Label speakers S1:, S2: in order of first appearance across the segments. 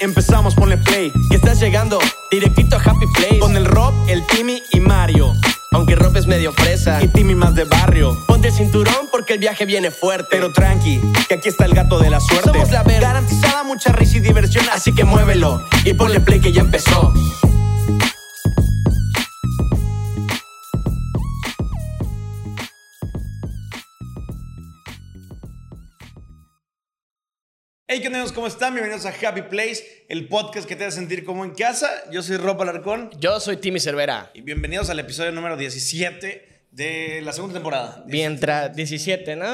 S1: empezamos, ponle play. Que estás llegando directito a Happy Place. Con el Rob, el Timmy y Mario.
S2: Aunque Rob es medio fresa.
S1: Y Timmy más de barrio.
S2: Ponte el cinturón porque el viaje viene fuerte.
S1: Pero tranqui, que aquí está el gato de la suerte.
S2: Somos la verga.
S1: Garantizada mucha risa y diversión, así que muévelo. Y ponle play que ya empezó.
S3: Hey, ¿qué onda? ¿Cómo están? Bienvenidos a Happy Place, el podcast que te hace sentir como en casa. Yo soy Ropa Alarcón
S2: Yo soy Timmy Cervera.
S3: y bienvenidos al episodio número 17 de la segunda temporada.
S2: Mientras 17, ¿no?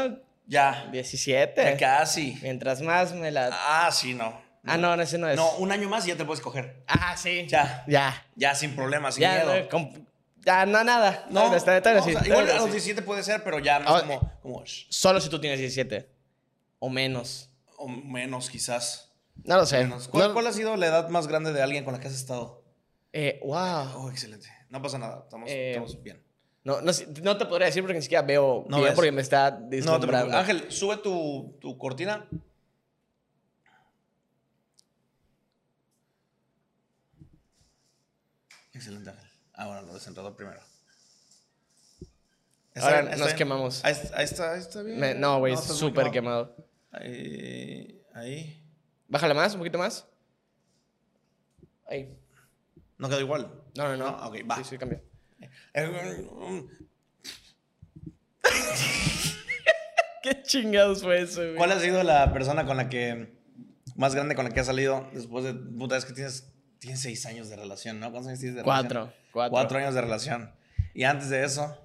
S3: Ya. Ya
S2: 17.
S3: Casi.
S2: Mientras más me la.
S3: Ah, sí, no.
S2: Ah, no, no, ese no es.
S3: No, un año más y ya te puedes coger.
S2: Ah, sí.
S3: Ya.
S2: Ya.
S3: Ya sin problemas, sin
S2: Ya,
S3: miedo.
S2: no, con- ya, no, nada.
S3: No,
S2: Está- está
S3: no,
S2: así,
S3: o sea,
S2: está
S3: igual a
S2: así.
S3: los 17 puede ser, pero ya no
S2: Eh, Ah,
S3: es como, como shh,
S2: Solo si tú tienes 17. O menos.
S3: o menos quizás.
S2: No lo sé.
S3: Menos. ¿Cuál,
S2: No-
S3: cuál ha sido la edad más grande de alguien con la que has estado?
S2: Eh, wow.
S3: Oh, excelente. No pasa nada, estamos,
S2: Eh,
S3: estamos bien.
S2: No, no, sé- no te podría decir porque ni siquiera veo
S3: No
S2: bien
S3: ves.
S2: porque me está
S3: No, te
S2: deslumbrando.
S3: preocupes. Ángel, sube tu, tu cortina. Excelente, Ángel. Ah, bueno, lo desenredó primero.
S2: Ahora nos quemamos.
S3: Ahí, está- ahí está, ahí está bien.
S2: Me- no, güey,
S3: estás muy
S2: súper quemado.
S3: Ahí, ahí.
S2: Bájale más, un poquito más. Ahí.
S3: No quedó igual.
S2: No, no, no.
S3: No, ok, va. Eh, mm,
S2: Sí, sí, cambia. ¿Qué chingados fue eso, güey?
S3: ¿Cuál ha sido la persona con la que más grande con la que has salido después de puta es que tienes tienes seis años de relación, ¿no? ¿Cuántos años tienes de
S2: Cuatro,
S3: relación?
S2: cuatro.
S3: años de relación. Y antes de eso,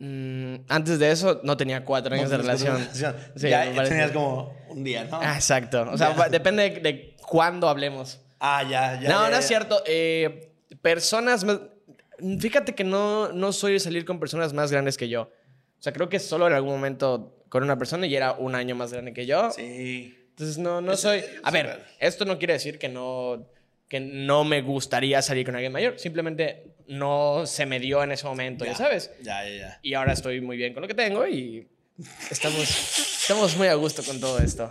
S2: Mm, antes de eso, no tenía cuatro años de
S3: no tenías
S2: relación.
S3: relación.
S2: Sí,
S3: ya
S2: me parece.
S3: tenías como un día, ¿no?
S2: Ah,
S3: Ah,
S2: exacto. O sea, va- depende de, de cuándo hablemos.
S3: Ah, ya, ya.
S2: no,
S3: ya,
S2: no
S3: ya.
S2: es cierto. Eh, personas. más- Fíjate que no, no soy de salir con personas más grandes que yo. O sea, creo que solo en algún momento con una persona y era un año más grande que yo.
S3: Sí.
S2: Entonces, no, no
S3: Es-
S2: soy.
S3: es-
S2: A
S3: es
S2: ver,
S3: real.
S2: esto no quiere decir que no, que no me gustaría salir con alguien mayor. Simplemente no se me dio en ese momento, ya, sabes.
S3: Ya, ya, ya.
S2: Y ahora estoy muy bien con lo que tengo y estamos, estamos muy a gusto con todo esto.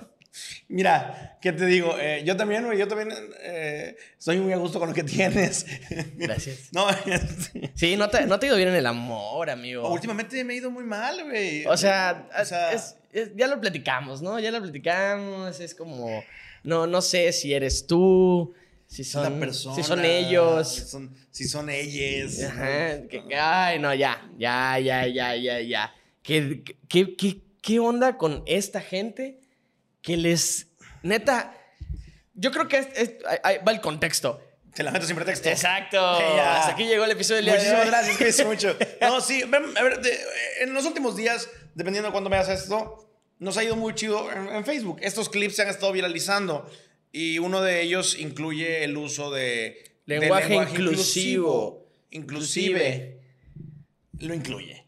S3: Mira, ¿qué te digo? Eh, yo también, güey, yo también eh, estoy muy a gusto con lo que tienes.
S2: Gracias.
S3: no, este,
S2: Sí, no te, no te ha ido bien en el amor, amigo.
S3: últimamente me he ido muy mal, güey.
S2: O sea,
S3: O sea,
S2: es- es- ya lo platicamos, ¿no? Ya lo platicamos. Es como, no, no sé si eres tú, si
S3: es la
S2: son,
S3: persona,
S2: si son ellos.
S3: si son- si son ellas.
S2: Ajá, que- que- ay, no, ya, ya, ya, ya, ya, ya. ¿Qué, qué, qué, qué onda con esta gente que les... Neta, yo creo que es, es- ahí- ahí va el contexto.
S3: Te la meto sin pretexto.
S2: Exacto.
S3: Hey, ya.
S2: Hasta aquí llegó el episodio del día de
S3: Muchísimas
S2: hoy.
S3: gracias, cuídense mucho. No, sí, ven, a ver, de- en los últimos días, dependiendo de cuándo veas esto, nos ha ido muy chido en, en Facebook. Estos clips se han estado viralizando y uno de ellos incluye el uso de de
S2: Lenguaje inclusivo.
S3: Inclusive. Lo incluye.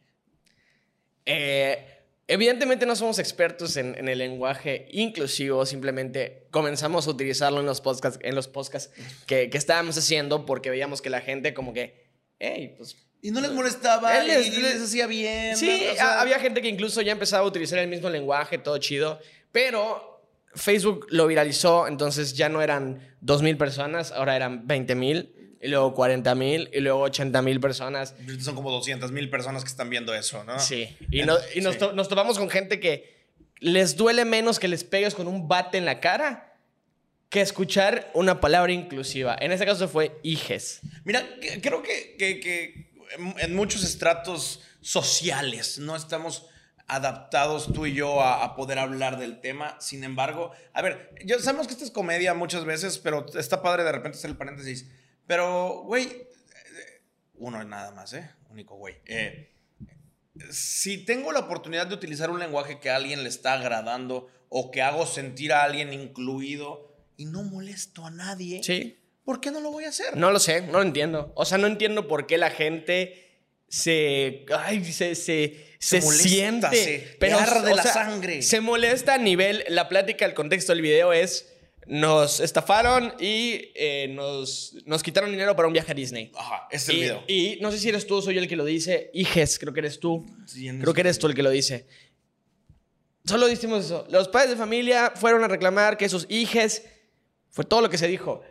S2: Eh, evidentemente no somos expertos en, en el lenguaje inclusivo, simplemente comenzamos a utilizarlo en los podcasts, en los podcasts que, que estábamos haciendo porque veíamos que la gente como que, hey, pues
S3: Y no les molestaba,
S2: Él
S3: y-
S2: les-
S3: y les hacía bien.
S2: Sí,
S3: o sea,
S2: ha- había gente que incluso ya empezaba a utilizar el mismo lenguaje, todo chido, pero Facebook lo viralizó, entonces ya no eran 2.000 personas, ahora eran 20.000, y luego 40.000, y luego 80.000 personas.
S3: Son como 200 mil personas que están viendo eso, ¿no?
S2: Sí, Ah. y, no- y nos,
S3: Sí.
S2: to- nos topamos con gente que les duele menos que les pegues con un bate en la cara que escuchar una palabra inclusiva. En este caso fue hijes.
S3: Mira, que- creo que, que- que en- en muchos estratos sociales no estamos adaptados tú y yo a, a poder hablar del tema. Sin embargo, a ver, yo sabemos que esto es comedia muchas veces, pero está padre de repente hacer el paréntesis. Pero, güey, eh, uno nada más, ¿eh? Único, güey. Eh, si tengo la oportunidad de utilizar un lenguaje que a alguien le está agradando o que hago sentir a alguien incluido y no molesto a nadie,
S2: Sí.
S3: ¿por qué no lo voy a hacer?
S2: No lo sé, no lo entiendo. O sea, no entiendo por qué la gente se. Ay, se. Se, se
S3: molesta,
S2: siente.
S3: se- le arde la sangre.
S2: Se molesta a nivel. La plática, el contexto del video es. Nos estafaron y eh, nos, nos quitaron dinero para un viaje a Disney.
S3: Ajá, este es el
S2: Y,
S3: video.
S2: y no sé si eres tú o soy yo el que lo dice. Hijes, creo que eres tú.
S3: Sí, en
S2: Creo que eres tú el que lo dice. Solo decimos eso. Los padres de familia fueron a reclamar que sus hijes Fue todo lo que se dijo.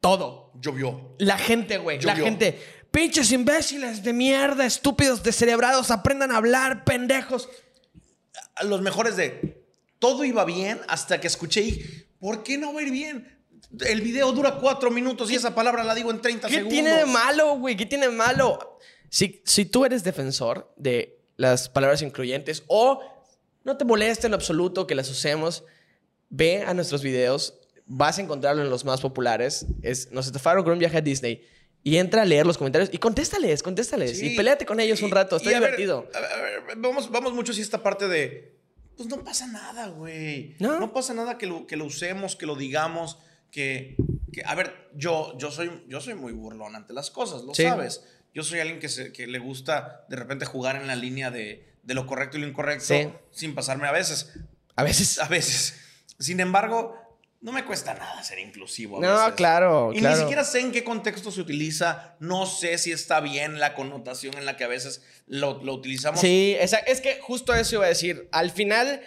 S2: Todo.
S3: Llovió.
S2: La gente, güey. La
S3: Llovió.
S2: gente. Pinches imbéciles de mierda, estúpidos, descerebrados, aprendan a hablar, pendejos.
S3: A Los mejores de todo iba bien hasta que escuché, "Y, ¿por qué no va a ir bien? El video dura cuatro minutos y esa palabra la digo en 30
S2: ¿Qué
S3: segundos.
S2: tiene de malo, güey? ¿Qué tiene de malo? Si, si tú eres defensor de las palabras incluyentes o no te molesta en lo absoluto que las usemos, ve a nuestros videos, vas a encontrarlo en los más populares. Es, nos estafaron con un viaje a Disney. Y entra a leer los comentarios y contéstales, contéstales.
S3: Sí.
S2: Y peleate con ellos un
S3: Y-
S2: rato,
S3: y
S2: está
S3: a ver,
S2: divertido.
S3: a ver, a ver, vamos, vamos mucho si esta parte de. Pues no pasa nada, güey.
S2: No.
S3: No. pasa nada que lo, que lo usemos, que lo digamos, que. que- a ver, yo, yo, soy, yo soy muy burlón ante las cosas, lo
S2: Sí.
S3: sabes. Yo soy alguien que, se- que le gusta de repente jugar en la línea de, de lo correcto y lo incorrecto
S2: Sí.
S3: sin pasarme a veces.
S2: a veces.
S3: A veces. Sin embargo, no me cuesta nada ser inclusivo. a
S2: No,
S3: veces.
S2: claro,
S3: Y
S2: claro.
S3: ni siquiera sé en qué contexto se utiliza. No sé si está bien la connotación en la que a veces lo, lo utilizamos.
S2: Sí, esa- es que justo eso iba a decir. Al final,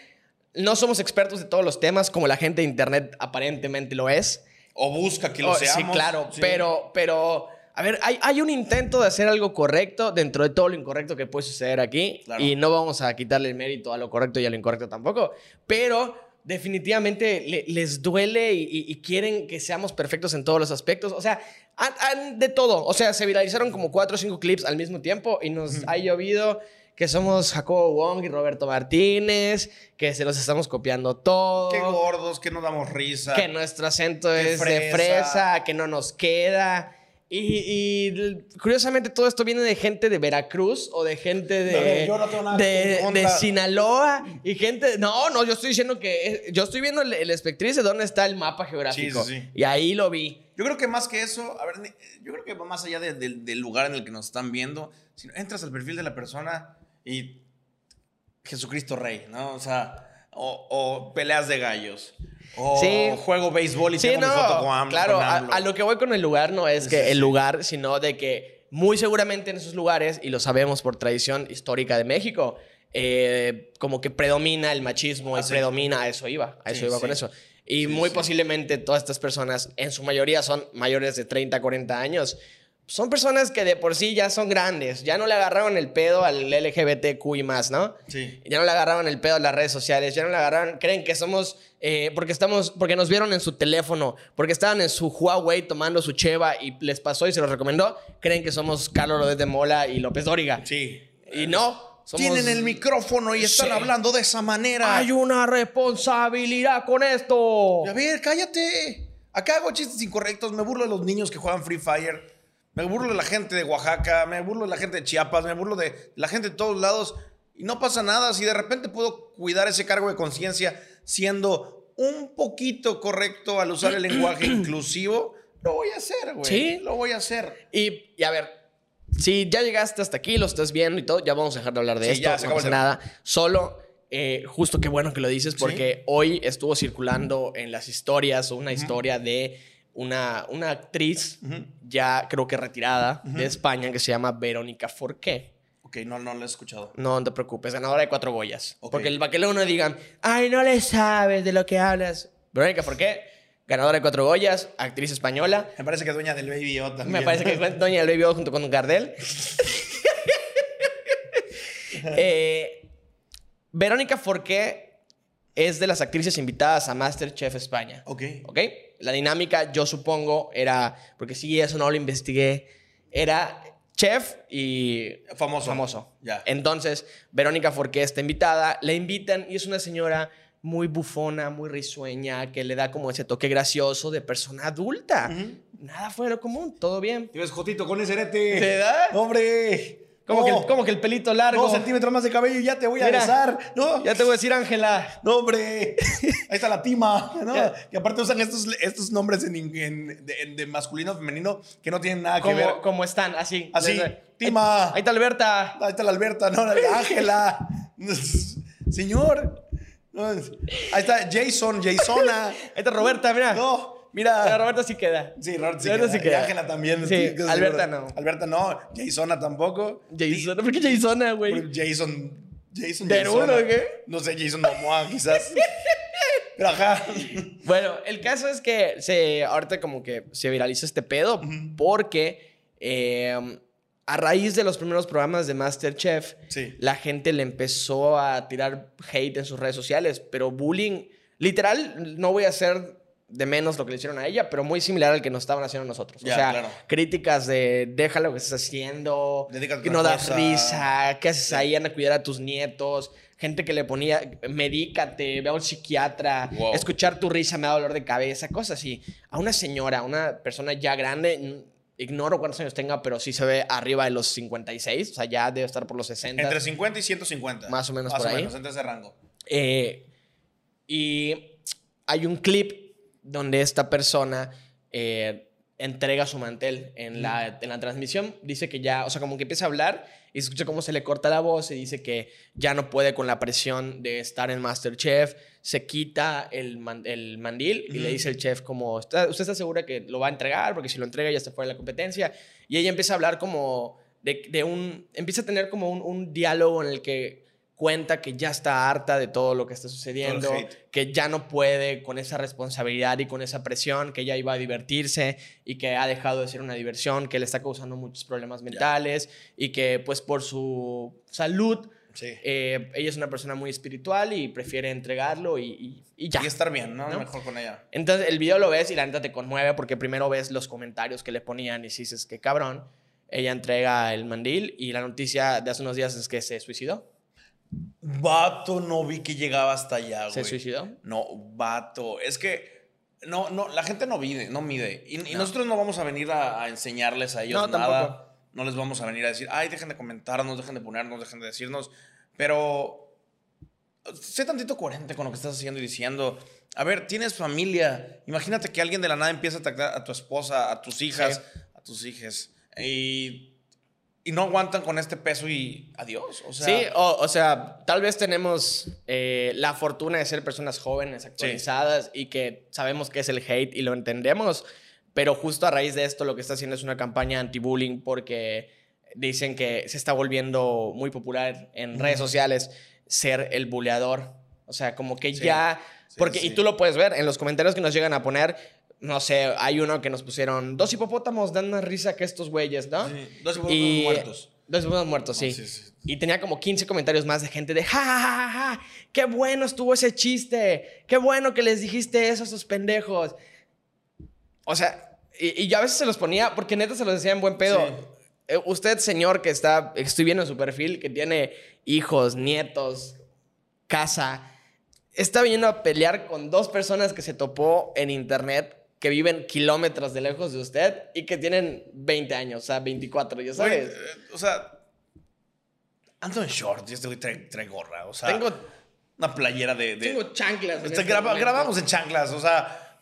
S2: no somos expertos de todos los temas como la gente de internet aparentemente lo es.
S3: O busca que lo
S2: Oh,
S3: seamos.
S2: Sí, claro,
S3: Sí.
S2: pero, pero, a ver, hay, hay un intento de hacer algo correcto dentro de todo lo incorrecto que puede suceder aquí.
S3: Claro.
S2: Y no vamos a quitarle el mérito a lo correcto y a lo incorrecto tampoco. Pero definitivamente le- les duele y, y- y quieren que seamos perfectos en todos los aspectos. O sea, han, han de todo. O sea, se viralizaron como cuatro o cinco clips al mismo tiempo y nos ha llovido. Que somos Jacobo Wong y Roberto Martínez, que se los estamos copiando todo.
S3: Qué gordos, que no damos risa.
S2: Que nuestro acento
S3: Que
S2: es de
S3: fresa.
S2: fresa, que no nos queda. Y, y curiosamente todo esto viene de gente de Veracruz o de gente
S3: No,
S2: de,
S3: yo no tengo nada
S2: de,
S3: en contra.
S2: de Sinaloa y gente... No, no, yo estoy diciendo que... eh, Yo estoy viendo el, el espectriz de dónde está el mapa geográfico.
S3: Sí, sí, sí.
S2: Y ahí lo vi.
S3: Yo creo que más que eso, a ver, ni- yo creo que va más allá de- de- del lugar en el que nos están viendo, si entras al perfil de la persona y Jesucristo Rey, ¿no? O sea, o, o peleas de gallos, o
S2: Sí.
S3: juego béisbol y
S2: Sí,
S3: tengo
S2: no,
S3: mi foto con AMLO.
S2: claro,
S3: con
S2: a,
S3: AMLO.
S2: a lo que voy con el lugar no es que el lugar, sino de que muy seguramente en esos lugares, y lo sabemos por tradición histórica de México, eh, como que predomina el machismo
S3: Ah,
S2: y
S3: sí.
S2: predomina, a eso iba, a eso
S3: Sí,
S2: iba
S3: sí.
S2: con eso. Y muy posiblemente todas estas personas, en su mayoría son mayores de 30, 40 años, son personas que de por sí ya son grandes, ya no le agarraron el pedo al LGBTQ y más, ¿no?
S3: Sí.
S2: Ya no le agarraron el pedo a las redes sociales, ya no le agarraron, creen que somos, eh, porque estamos, porque nos vieron en su teléfono, porque estaban en su Huawei tomando su cheva y les pasó y se los recomendó, creen que somos Carlos Rodríguez de Mola y López Dóriga.
S3: Sí.
S2: Y no, somos...
S3: Tienen el micrófono y están
S2: Sí.
S3: hablando de esa manera.
S2: Hay una responsabilidad con esto.
S3: A ver, cállate. Acá hago chistes incorrectos, me burlo de los niños que juegan Free Fire, me burlo de la gente de Oaxaca, me burlo de la gente de Chiapas, me burlo de la gente de todos lados y no pasa nada si de repente puedo cuidar ese cargo de conciencia siendo un poquito correcto al usar el lenguaje inclusivo, lo voy a hacer, güey.
S2: Sí.
S3: Lo voy a hacer.
S2: Y, y a ver, si ya llegaste hasta aquí, lo estás viendo y todo, ya vamos a dejar de hablar de
S3: Sí,
S2: esto.
S3: ya, se
S2: no
S3: acabó el
S2: pasa
S3: tema.
S2: nada. Solo, eh, justo qué bueno que lo dices,
S3: Sí.
S2: porque hoy estuvo circulando en las historias una historia de una, una actriz
S3: Ujú.
S2: ya creo que retirada de España que se llama Verónica Forqué.
S3: Ok, no, no lo he escuchado.
S2: No, no te preocupes, ganadora de cuatro Goyas.
S3: Ok.
S2: Porque el baquelón no digan, ay, no le sabes de lo que hablas. Verónica Forqué, ganadora de cuatro Goyas, actriz española.
S3: Me parece que dueña del Baby O también.
S2: Me parece que fue Doña Baby O junto con Gardel. Eh, Verónica Forqué es de las actrices invitadas a Masterchef España.
S3: Ok.
S2: ¿Ok? La dinámica, yo supongo, era, porque sí, eso no lo investigué, era chef y
S3: Famoso.
S2: famoso.
S3: Ya.
S2: Entonces, Verónica Forqué está invitada, la invitan y es una señora muy bufona, muy risueña, que le da como ese toque gracioso de persona adulta. Nada fuera de lo común, todo bien.
S3: Te ves jotito con ese arete.
S2: ¿Te da?
S3: ¡Hombre!
S2: Como,
S3: No.
S2: que, el, como que el pelito largo.
S3: Dos centímetros más de cabello y ya te voy a
S2: Mira,
S3: besar. No,
S2: Ya te voy a decir, Ángela.
S3: no hombre. Ahí está la tima. ¿no?
S2: Ya.
S3: Que aparte usan estos, estos nombres en, in- en- de, en- de masculino femenino que no tienen nada que ver.
S2: Como, como están, así.
S3: Así,
S2: Les- ahí-
S3: Tima.
S2: Ahí está Alberta.
S3: Ahí está la Alberta, ¿no? La Ángela. Señor. No, es- Ahí está Jason, Jasona.
S2: Ahí está Roberta, mira.
S3: No,
S2: La
S3: mira.
S2: Roberta sí queda.
S3: Sí, Robert sí
S2: Roberta
S3: queda. Y Ángela también.
S2: Sí,
S3: estoy- estoy
S2: Alberta
S3: seguro.
S2: no.
S3: Alberta no. Jasona tampoco.
S2: Jasona. ¿Por qué Jasona, güey?
S3: Jason. Jason
S2: ¿Derulo
S3: Jasona.
S2: o qué?
S3: No sé, Jason Momoa, quizás. Pero ajá.
S2: Bueno, el caso es que se, ahorita como que se viralizó este pedo porque eh, a raíz de los primeros programas de Masterchef,
S3: Sí.
S2: la gente le empezó a tirar hate en sus redes sociales, pero bullying, literal, no voy a hacer de menos lo que le hicieron a ella, pero muy similar al que nos estaban haciendo a nosotros.
S3: Ya,
S2: o sea,
S3: claro.
S2: críticas de déjalo que estás haciendo,
S3: Dedícate a
S2: que
S3: otra
S2: no das
S3: cosa.
S2: risa, qué haces ahí, anda a cuidar a tus nietos, gente que le ponía, medícate, ve a un psiquiatra,
S3: Wow.
S2: escuchar tu risa me da dolor de cabeza, cosas así. A una señora, una persona ya grande, mm, ignoro cuántos años tenga, pero sí se ve arriba de los 56, o sea, ya debe estar por los 60.
S3: Entre 50 y 150.
S2: Más o menos
S3: Más
S2: por
S3: o
S2: ahí.
S3: menos, entre ese rango.
S2: Eh, y hay un clip donde esta persona eh, entrega su mantel en la, en la transmisión. Dice que ya, o sea, como que empieza a hablar y se escucha cómo se le corta la voz y dice que ya no puede con la presión de estar en Masterchef. Se quita el, man- el mandil y le
S3: Ujú.
S2: dice el chef como, "¿Está- ¿usted está segura que lo va a entregar? Porque si lo entrega ya está fuera de la competencia. Y ella empieza a hablar como de, de un... Empieza a tener como un, un diálogo en el que cuenta que ya está harta de todo lo que está sucediendo,
S3: hate.
S2: que ya no puede con esa responsabilidad y con esa presión, que ya iba a divertirse y que ha dejado de ser una diversión, que le está causando muchos problemas mentales y que pues por su salud,
S3: Sí.
S2: eh, ella es una persona muy espiritual y prefiere entregarlo y, y- y ya.
S3: Y estar bien, ¿no?
S2: ¿No?
S3: Mejor con ella.
S2: Entonces el video lo ves y la neta te conmueve porque primero ves los comentarios que le ponían y dices que cabrón. Ella entrega el mandil y la noticia de hace unos días es que se suicidó.
S3: Vato, no vi que llegaba hasta allá, Ah, güey.
S2: Se suicidó.
S3: No, vato. Es que no, no, la gente no mide, no mide. Y, y nosotros no vamos a venir a, a enseñarles a ellos
S2: No,
S3: nada.
S2: tampoco.
S3: No les vamos a venir a decir, ay, dejen de comentarnos, dejen de ponernos, dejen de decirnos. Pero sé tantito coherente con lo que estás haciendo y diciendo. A ver, tienes familia. Imagínate que alguien de la nada empieza a atacar a tu esposa, a tus hijas, a tus hijas. Y, y no aguantan con este peso y adiós. O sea,
S2: sí, o, o sea, tal vez tenemos eh, la fortuna de ser personas jóvenes, actualizadas y que sabemos qué es el hate y lo entendemos, pero justo a raíz de esto lo que está haciendo es una campaña anti-bullying porque dicen que se está volviendo muy popular en redes sociales ser el buleador. O sea, como que
S3: Sí,
S2: ya,
S3: sí,
S2: porque,
S3: sí.
S2: y tú lo puedes ver en los comentarios que nos llegan a poner. No sé, hay uno que nos pusieron dos hipopótamos dan más risa que estos güeyes, ¿no?
S3: Sí, dos hipopótamos
S2: Y-
S3: muertos.
S2: Dos hipopótamos muertos, sí.
S3: sí, sí.
S2: Y tenía como 15 comentarios más de gente de ja, ja, ja, ja, ja, qué bueno estuvo ese chiste, qué bueno que les dijiste eso a esos pendejos. O sea, y, y yo a veces se los ponía, porque neta se los decía en buen pedo.
S3: Sí.
S2: Eh, Usted, señor, que está, estoy viendo su perfil, que tiene hijos, nietos, casa, está viniendo a pelear con dos personas que se topó en internet, que viven kilómetros de lejos de usted y que tienen 20 años, o sea, 24, ya
S3: Güey,
S2: sabes.
S3: eh, o sea, ando en short y este güey trae, trae gorra. O sea,
S2: Tengo,
S3: una playera de. de-
S2: tengo chanclas. en
S3: Este,
S2: este
S3: graba-
S2: momento.
S3: grabamos en chanclas. O sea,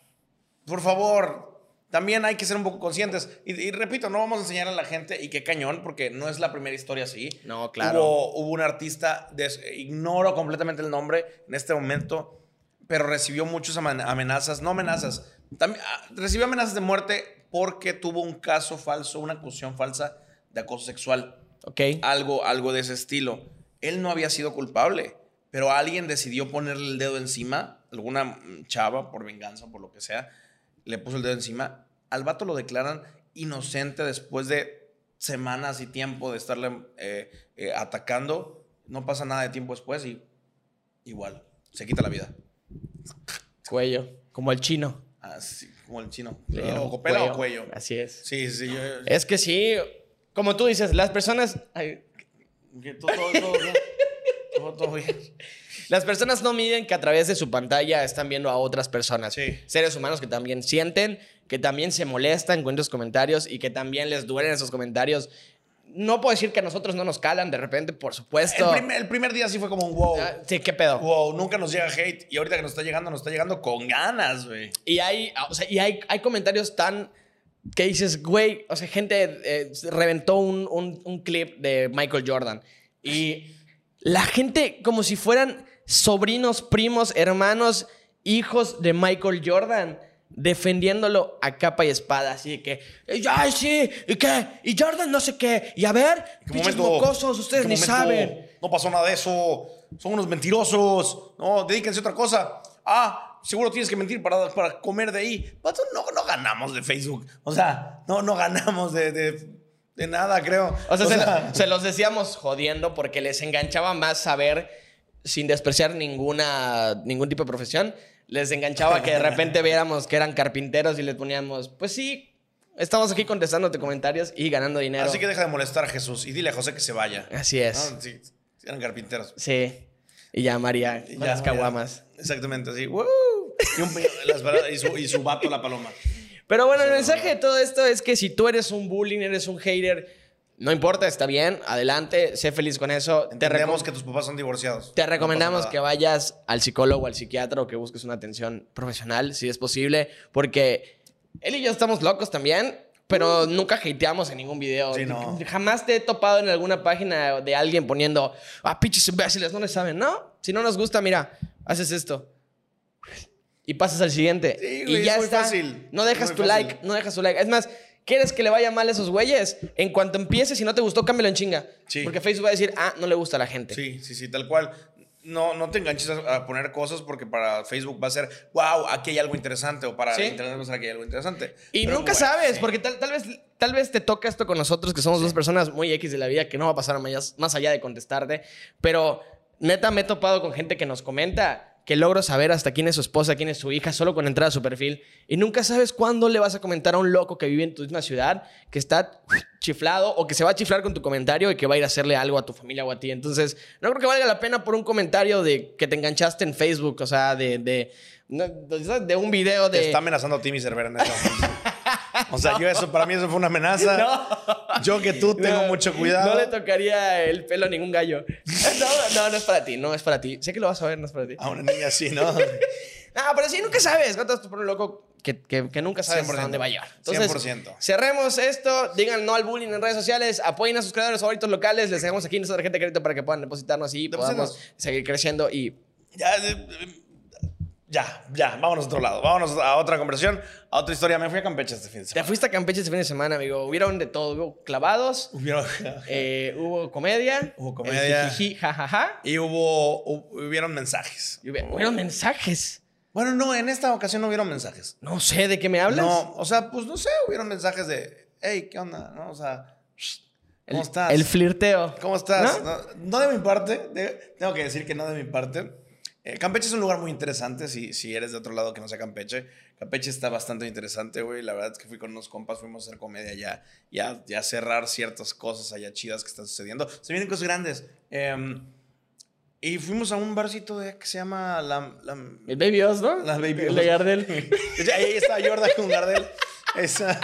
S3: por favor, también hay que ser un poco conscientes. Y, y repito, no vamos a enseñar a la gente y qué cañón, porque no es la primera historia así.
S2: No, claro.
S3: Hubo, hubo un artista, des- ignoro completamente el nombre en este momento, pero recibió muchas aman- amenazas, no amenazas, también, ah, recibió amenazas de muerte porque tuvo un caso falso, una acusación falsa de acoso sexual
S2: Ok.
S3: algo, algo de ese estilo. Él no había sido culpable, pero alguien decidió ponerle el dedo encima, alguna mm, chava, por venganza, por lo que sea, le puso el dedo encima. Al vato lo declaran inocente después de semanas y tiempo de estarle eh, eh, atacando. No pasa nada de tiempo después y igual, se quita la vida.
S2: Cuello. Como el chino.
S3: Así como el chino.
S2: Pero
S3: o copela o cuello.
S2: Así es.
S3: Sí, sí. yo-
S2: Es que sí, como tú dices, las personas. ay,
S3: que todo- todo- todo- todo- todo bien.
S2: Las personas no miden que a través de su pantalla están viendo a otras personas.
S3: Sí.
S2: Seres humanos que también sienten, que también se molestan con esos comentarios y que también les duelen esos comentarios. No puedo decir que a nosotros no nos calan de repente, por
S3: El
S2: supuesto.
S3: primer, el primer día sí fue como un wow.
S2: Ah, Sí, qué pedo.
S3: Wow, nunca nos llega hate. Y ahorita que nos está llegando, nos está llegando con ganas, güey.
S2: Y hay, o sea, y hay, hay comentarios tan que dices, güey, o sea, gente eh, reventó un, un- un clip de Michael Jordan. Y la gente como si fueran sobrinos, primos, hermanos, hijos de Michael Jordan, defendiéndolo a capa y espada. Así de que, ay, sí, ¿y qué? ¿Y Jordan no sé qué? Y a ver,
S3: ¿En qué
S2: pinches
S3: momento?
S2: mocosos, ustedes
S3: ¿En
S2: ni
S3: qué momento?
S2: saben.
S3: No pasó nada de eso. Son unos mentirosos. No, dedíquense a otra cosa. Ah, seguro tienes que mentir para, para comer de ahí. Pato, no, no ganamos de Facebook. O sea, no, no ganamos de, de, de nada, creo.
S2: O sea, se, se los decíamos jodiendo porque les enganchaba más saber, sin despreciar ninguna, ningún tipo de profesión, les enganchaba que de repente viéramos que eran carpinteros y les poníamos, pues sí, estamos aquí contestándote comentarios y ganando dinero.
S3: Así que Ah. deja de molestar a Jesús y dile a José que se vaya.
S2: Así es.
S3: No, sí, eran carpinteros.
S2: Sí. Y ya María,
S3: Y
S2: con
S3: ya,
S2: las caguamas.
S3: Exactamente, así. ¡Woo! Y, un- las bala- y su, y su vato, la paloma.
S2: Pero bueno, el mensaje de todo esto es que si tú eres un bullying, eres un hater, no importa, está bien, adelante, sé feliz con eso. Te,
S3: Entendemos
S2: reco-
S3: que tus papás son divorciados.
S2: te
S3: No
S2: recomendamos
S3: pasa
S2: que
S3: nada.
S2: vayas al psicólogo, al psiquiatra o que busques una atención profesional, si es posible, porque él y yo estamos locos también. Pero nunca hateamos en ningún video.
S3: Uh. Sí, no.
S2: Jamás te he topado en alguna página de alguien poniendo, ah, pinches imbéciles, no les saben. No, si no nos gusta, mira, haces esto. Y pasas al siguiente.
S3: Sí,
S2: y
S3: güey,
S2: ya
S3: es muy
S2: está.
S3: fácil.
S2: No dejas
S3: Muy
S2: tu
S3: fácil.
S2: like, no dejas tu like. Es más, ¿quieres que le vaya mal a esos güeyes? En cuanto empieces, si no te gustó, cámbialo en chinga.
S3: Sí.
S2: Porque Facebook va a decir, ah, no le gusta a la gente.
S3: Sí, sí, sí, tal cual. No, no te enganches a a poner cosas porque para Facebook va a ser, wow, aquí hay algo interesante. O para
S2: Sí.
S3: Internet va a ser, aquí hay algo interesante.
S2: Y
S3: Pero
S2: nunca
S3: bueno,
S2: sabes,
S3: sí.
S2: porque tal, tal, vez, tal vez te toca esto con nosotros, que somos dos personas muy X de la vida, que no va a pasar más, más allá de contestarte. Pero neta, me he topado con gente que nos comenta que logro saber hasta quién es su esposa, quién es su hija, solo con entrar a su perfil. Y nunca sabes cuándo le vas a comentar a un loco que vive en tu misma ciudad, que está chiflado o que se va a chiflar con tu comentario y que va a ir a hacerle algo a tu familia o a ti. Entonces, no creo que valga la pena por un comentario de que te enganchaste en Facebook, o sea, de, de, no, de un video de...
S3: Te está amenazando a ti, mi Cervera, en este momento. O sea, yo eso, para mí eso fue una amenaza. Yo que tú tengo
S2: No,
S3: mucho cuidado.
S2: No le tocaría el pelo a ningún gallo. No, no, no es para ti, no es para ti. Sé que lo vas a ver, no es para ti.
S3: A una niña así, ¿no?
S2: No, pero sí, nunca sabes. ¿Cuántas por un loco que, que- que nunca sabes hasta
S3: 100%.
S2: dónde va a llegar?
S3: 100%.
S2: cerremos esto. Digan no al bullying en redes sociales. Apoyen a sus creadores favoritos locales. Les dejamos aquí nuestra tarjeta de crédito para que puedan depositarnos y
S3: Deposítanos.
S2: podamos seguir creciendo. Y
S3: Ya, eh, eh, ya, ya, vámonos a otro lado. Vámonos a otra conversación, a otra historia. Me fui a Campeche este fin de
S2: te
S3: semana.
S2: fuiste a Campeche este fin de semana, amigo. Hubieron de todo. Hubo clavados,
S3: Hubieron-
S2: eh, hubo comedia.
S3: Hubo comedia.
S2: el jijiji, jajaja.
S3: y hubo, hu- hubieron mensajes.
S2: Y hubo- hubieron mensajes.
S3: Bueno, no, en esta ocasión no hubieron mensajes.
S2: No sé de qué me hablas.
S3: No, o sea, pues no sé, hubieron mensajes de, hey, ¿qué onda? ¿No? O sea, shh, ¿cómo
S2: El-
S3: estás?
S2: El flirteo.
S3: ¿Cómo estás?
S2: ¿No?
S3: ¿No? no de mi parte, de- tengo que decir que no de mi parte. Eh, Campeche es un lugar muy interesante si, si eres de otro lado que no sea Campeche. Campeche está bastante interesante, güey. La verdad es que fui con unos compas, fuimos a hacer comedia ya, ya, ya cerrar ciertas cosas allá chidas que están sucediendo. Se vienen cosas grandes. Em, y fuimos a un barcito de, que se llama la, la,
S2: El Baby Oz, ¿no?
S3: Las Baby
S2: El
S3: Oz.
S2: de Gardel.
S3: Ya, Ahí estaba Jordan con Gardel. Esa.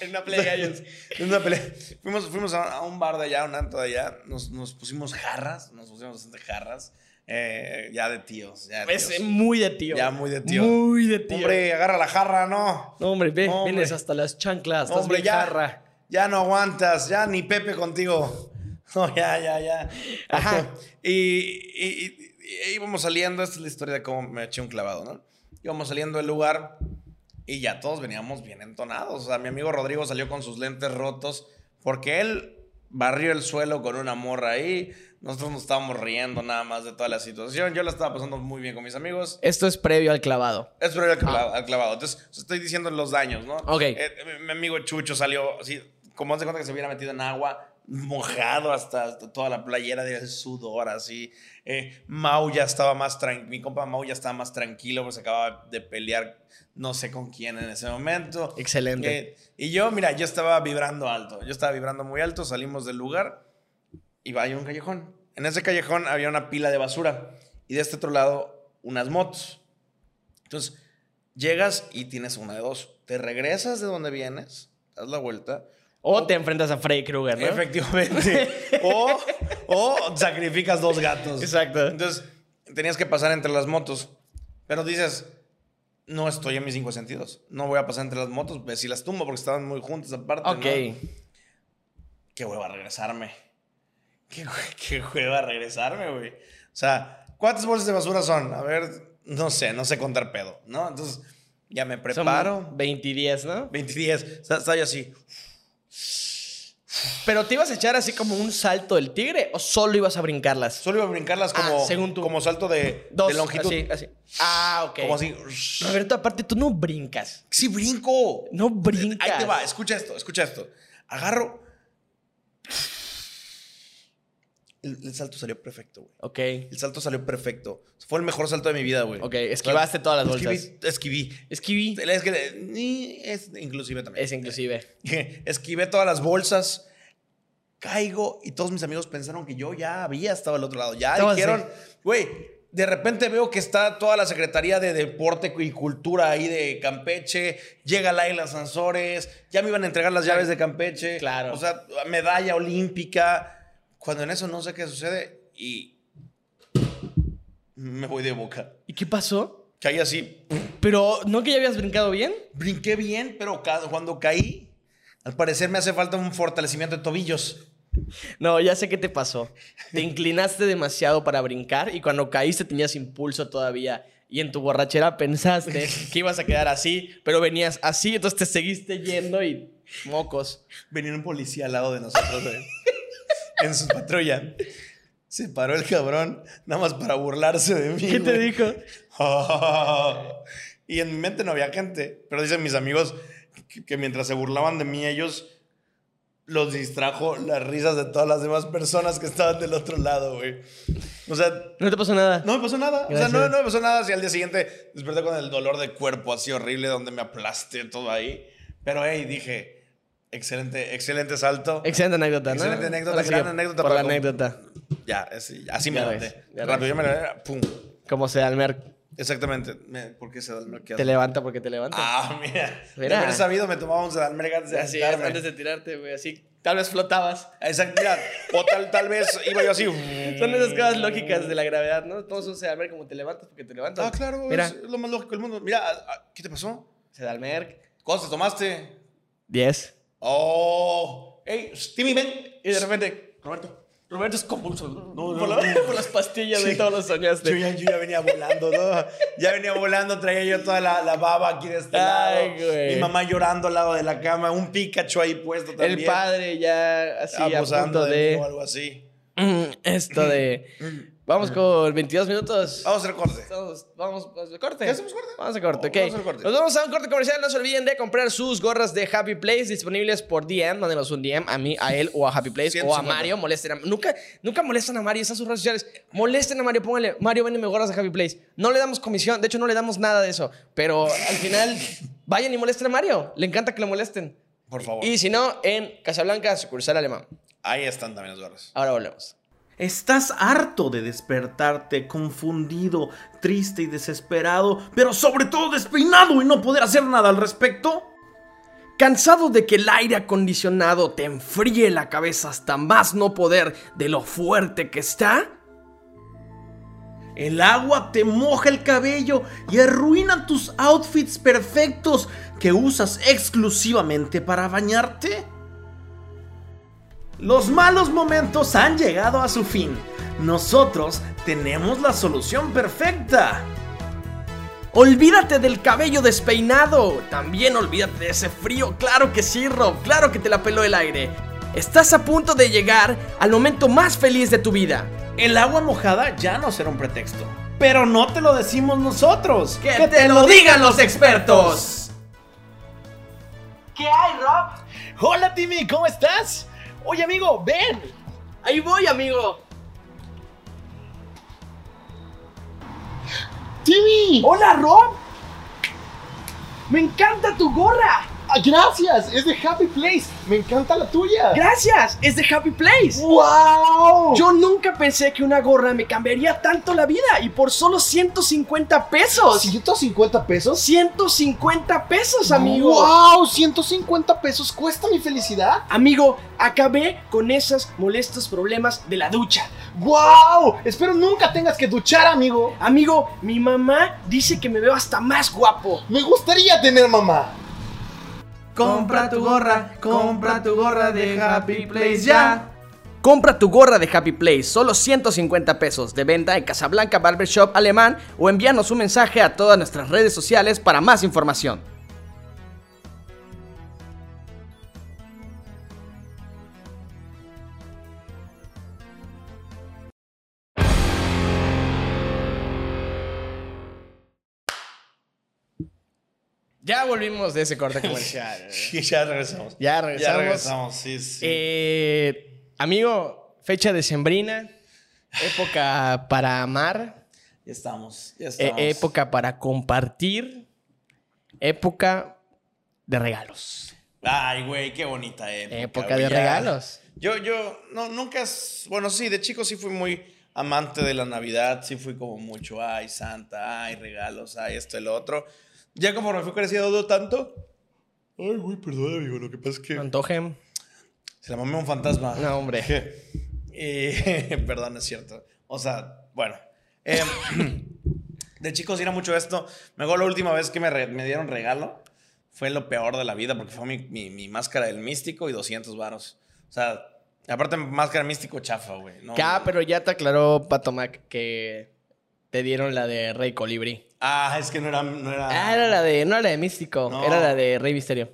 S2: En una pelea de gallos.
S3: En una pelea. Fuimos, fuimos a, a un bar de allá, a un anto de allá. Nos, nos pusimos jarras. Nos pusimos bastante jarras. eh, ya de tíos. Ya de
S2: es
S3: tíos.
S2: muy de tío.
S3: Ya muy de tío.
S2: Muy de tío.
S3: Hombre, agarra la jarra, no.
S2: No, hombre, ve,
S3: Hombre.
S2: vienes hasta las chanclas. Estás
S3: Hombre,
S2: bien
S3: ya.
S2: jarra.
S3: Ya no aguantas. Ya ni Pepe contigo. No, ya, ya, ya.
S2: Ajá.
S3: Y, y, y- y íbamos saliendo. Esta es la historia de cómo me eché un clavado, ¿no? Íbamos saliendo del lugar. Y ya todos veníamos bien entonados. O sea, mi amigo Rodrigo salió con sus lentes rotos porque él barrió el suelo con una morra ahí. Nosotros nos estábamos riendo nada más de toda la situación. Yo la estaba pasando muy bien con mis amigos.
S2: Esto es previo al clavado.
S3: Es previo al clavado, al clavado. Entonces, os estoy diciendo los daños, ¿no?
S2: Ok.
S3: Eh, mi- mi amigo Chucho salió así, como hace cuenta que se hubiera metido en agua, mojado hasta, hasta toda la playera del sudor, así. Eh, Mau ya estaba más tranquilo, mi compa Mau ya estaba más tranquilo porque se acababa de pelear no sé con quién en ese momento.
S2: Excelente.
S3: Eh, y yo, mira, yo estaba vibrando alto. Yo estaba vibrando muy alto. Salimos del lugar y va- hay un callejón. En ese callejón había una pila de basura y de este otro lado unas motos. Entonces, llegas y tienes una de dos. Te regresas de donde vienes, das la vuelta. oh.
S2: o te enfrentas a Freddy Krueger, ¿no?
S3: Efectivamente. o, o sacrificas dos gatos.
S2: Exacto.
S3: Entonces, tenías que pasar entre las motos. Pero dices, no estoy en mis cinco sentidos. No voy a pasar entre las motos. Pues, si las tumbo porque estaban muy juntas aparte.
S2: Ok.
S3: ¿no? Qué hueva regresarme. Qué, hue- qué hueva regresarme, güey. O sea, ¿cuántas bolsas de basura son? A ver, no sé, no sé contar pedo, ¿no? Entonces, ya me
S2: Son
S3: preparo.
S2: 20 y 10, ¿no?
S3: 20 días. Estaba yo así.
S2: Pero te ibas a echar así como un salto del tigre o solo ibas a brincarlas?
S3: Solo iba a brincarlas como,
S2: Ah, según tú.
S3: como salto de,
S2: Dos,
S3: de longitud.
S2: así, así. Ah, ok.
S3: Como así.
S2: Roberto, aparte tú no brincas.
S3: Sí, brinco.
S2: No brincas.
S3: Ahí te va, escucha esto, escucha esto. Agarro. El, el salto salió perfecto, güey.
S2: Ok.
S3: El salto salió perfecto. Fue el mejor salto de mi vida, güey.
S2: Ok, esquivaste todas las bolsas.
S3: Esquiví. esquiví.
S2: Esquiví.
S3: Es que ni- es inclusive también.
S2: Es inclusive.
S3: Esquivé todas las bolsas. Caigo y todos mis amigos pensaron que yo ya había estado al otro lado. Ya
S2: Estabas
S3: dijeron, güey, de repente veo que está toda la Secretaría de Deporte y Cultura ahí de Campeche. Llega Laila Sansores. Ya me iban a entregar las llaves de Campeche.
S2: Claro.
S3: O sea, medalla olímpica. Cuando en eso no sé qué sucede y me voy de boca.
S2: ¿Y qué pasó?
S3: Caí así,
S2: Pero no que ya habías brincado bien.
S3: Brinqué bien, pero ca- cuando caí, al parecer me hace falta un fortalecimiento de tobillos.
S2: No, ya sé qué te pasó. Te inclinaste demasiado para brincar y cuando caíste tenías impulso todavía. Y en tu borrachera pensaste que ibas a quedar así, pero venías así, entonces te seguiste yendo y mocos.
S3: Venía un policía al lado de nosotros, güey, en su patrulla. Se paró el cabrón, nada más para burlarse de mí.
S2: ¿Qué te
S3: güey.
S2: dijo?
S3: y en mi mente no había gente, pero dicen mis amigos que, que mientras se burlaban de mí, ellos los distrajo las risas de todas las demás personas que estaban del otro lado, güey. O sea,
S2: No te pasó nada.
S3: No me pasó nada. O sea,
S2: Gracias.
S3: no, no me pasó nada. Si al día siguiente desperté con el dolor de cuerpo así horrible, donde me aplasté todo ahí. Pero, hey, dije, excelente, excelente salto.
S2: Excelente anécdota, ¿no?
S3: Excelente anécdota,
S2: Ahora sí
S3: gran
S2: que
S3: anécdota
S2: Por la
S3: para com-
S2: anécdota.
S3: ya, así, así me
S2: Ya
S3: levanté.
S2: ves, ya
S3: Rápido,
S2: ves.
S3: yo me levanté. Pum.
S2: Como sea, Almer,
S3: Exactamente. Me- ¿Por qué se da el bloqueado?
S2: te levanta porque te levanta.
S3: Ah, mira.
S2: Mira.
S3: De haber sabido, me tomaba un Sedalmerga antes de
S2: Así es,
S3: sentarme.
S2: antes de tirarte, güey, así. Tal vez flotabas.
S3: Exacto, mira. O tal, tal vez iba yo así.
S2: Son esas cosas lógicas de la gravedad, ¿no? Todos un sedalmerc como te levantas porque te levantas.
S3: Ah, claro,
S2: Mira,
S3: es lo más lógico del mundo. Mira, ah, ¿qué te pasó?
S2: sedalmerc.
S3: ¿Cuántos tomaste?
S2: 10.
S3: Oh. Hey, Timmy, ven.
S2: Y de repente,
S3: Roberto.
S2: Roberto es convulso.
S3: no,
S2: por,
S3: no,
S2: la-
S3: no.
S2: por las pastillas de
S3: Sí.
S2: todos los soñaste.
S3: Yo ya, yo ya venía volando, ¿no? Ya venía volando, traía yo toda la, la baba aquí de este
S2: Ay,
S3: lado.
S2: güey.
S3: Mi mamá llorando al lado de la cama, un Pikachu ahí puesto también.
S2: El padre ya así a
S3: abusando
S2: punto
S3: de, mí o
S2: de...
S3: algo así.
S2: Mm, Esto de... Vamos con 22 minutos.
S3: Vamos a hacer corte.
S2: Estamos- vamos, vamos a corte.
S3: ¿Ya hacemos corte?
S2: Vamos a corte,
S3: Oh,
S2: ok.
S3: vamos al corte.
S2: Nos vamos a un corte comercial. No se olviden de comprar sus gorras de Happy Place disponibles por DM. Mándenos un DM a mí, a él o a Happy Place o a
S3: 150.
S2: Mario. Molesten a, nunca, nunca molestan a Mario. Están sus redes sociales. Molesten a Mario. Pónganle, Mario, véndeme gorras de Happy Place. No le damos comisión. De hecho, no le damos nada de eso. Pero al final, vayan y molesten a Mario. Le encanta que lo molesten.
S3: Por favor.
S2: Y si no, en Casablanca, sucursal alemán.
S3: Ahí están también las gorras.
S2: Ahora volvemos.
S4: Estás harto de despertarte confundido, triste y desesperado, pero sobre todo despeinado y no poder hacer nada al respecto?
S5: ¿Cansado de que el aire acondicionado te enfríe la cabeza hasta más no poder de lo fuerte que está?
S4: El agua te moja el cabello y arruina tus outfits perfectos que usas exclusivamente para bañarte. Los malos momentos han llegado a su fin. Nosotros tenemos la solución perfecta.
S5: Olvídate del cabello despeinado. También olvídate de ese frío. Claro que sí, Rob. Claro que te la peló el aire. Estás a punto de llegar al momento más feliz de tu vida.
S4: El agua mojada ya no será un pretexto. Pero no te lo decimos nosotros.
S5: ¡Que te lo digan los expertos!
S4: ¿Qué hay, Rob? Hola, Timmy, ¿cómo estás? Oye, amigo, ven.
S5: Ahí voy, amigo.
S6: Timmy,
S4: Hola, Rob.
S6: me encanta tu gorra. Ah, Gracias, es de Happy Place. Me encanta la tuya.
S5: Gracias, es de Happy Place.
S6: ¡Wow!
S5: Yo nunca pensé que una gorra me cambiaría tanto la vida y por solo 150 pesos.
S6: 150 pesos.
S5: 150 pesos, amigo.
S6: ¡Wow! 150 pesos cuesta mi felicidad.
S5: Amigo, acabé con esos molestos problemas de la ducha.
S6: ¡Wow! Espero nunca tengas que duchar, amigo.
S5: Amigo, mi mamá dice que me veo hasta más guapo.
S6: Me gustaría tener mamá.
S4: Compra tu gorra, compra tu gorra de Happy Place ya.
S5: Compra tu gorra de Happy Place, solo 150 pesos, de venta en Casablanca Barbershop Alemán o envíanos un mensaje a todas nuestras redes sociales para más información.
S2: Ya volvimos de ese corte comercial.
S3: Sí, ya regresamos.
S2: Ya regresamos.
S3: Ya regresamos, sí, sí.
S2: Eh, amigo, fecha decembrina, época para amar,
S3: ya estamos, ya
S2: eh,
S3: estamos.
S2: época para compartir, época de regalos.
S3: Ay, güey, qué bonita época.
S2: Época
S3: güey,
S2: de
S3: ya.
S2: regalos.
S3: Yo, yo, no, nunca, s- bueno, sí, de chico sí fui muy amante de la Navidad, sí fui como mucho, ay, Santa, ay, regalos, ay, esto, el otro. Ya como me fui creciendo tanto, ay, güey, perdón, amigo, lo que pasa es que...
S2: ¿Me antojen?
S3: Se la mamé a un fantasma.
S2: No, hombre.
S3: Eh, perdón, es cierto. O sea, bueno. Eh, de chicos era mucho esto. Me acuerdo la última vez que me, re- me dieron regalo. Fue lo peor de la vida porque fue mi, mi- mi máscara del místico y 200 varos. O sea, aparte máscara místico chafa, güey. No,
S2: Que, ah, pero ya te aclaró Patomac que te dieron la de Rey Colibrí.
S3: Ah, es que no era... No era
S2: Ah, era la de, no era la de Místico,
S3: No.
S2: era la de Rey Misterio.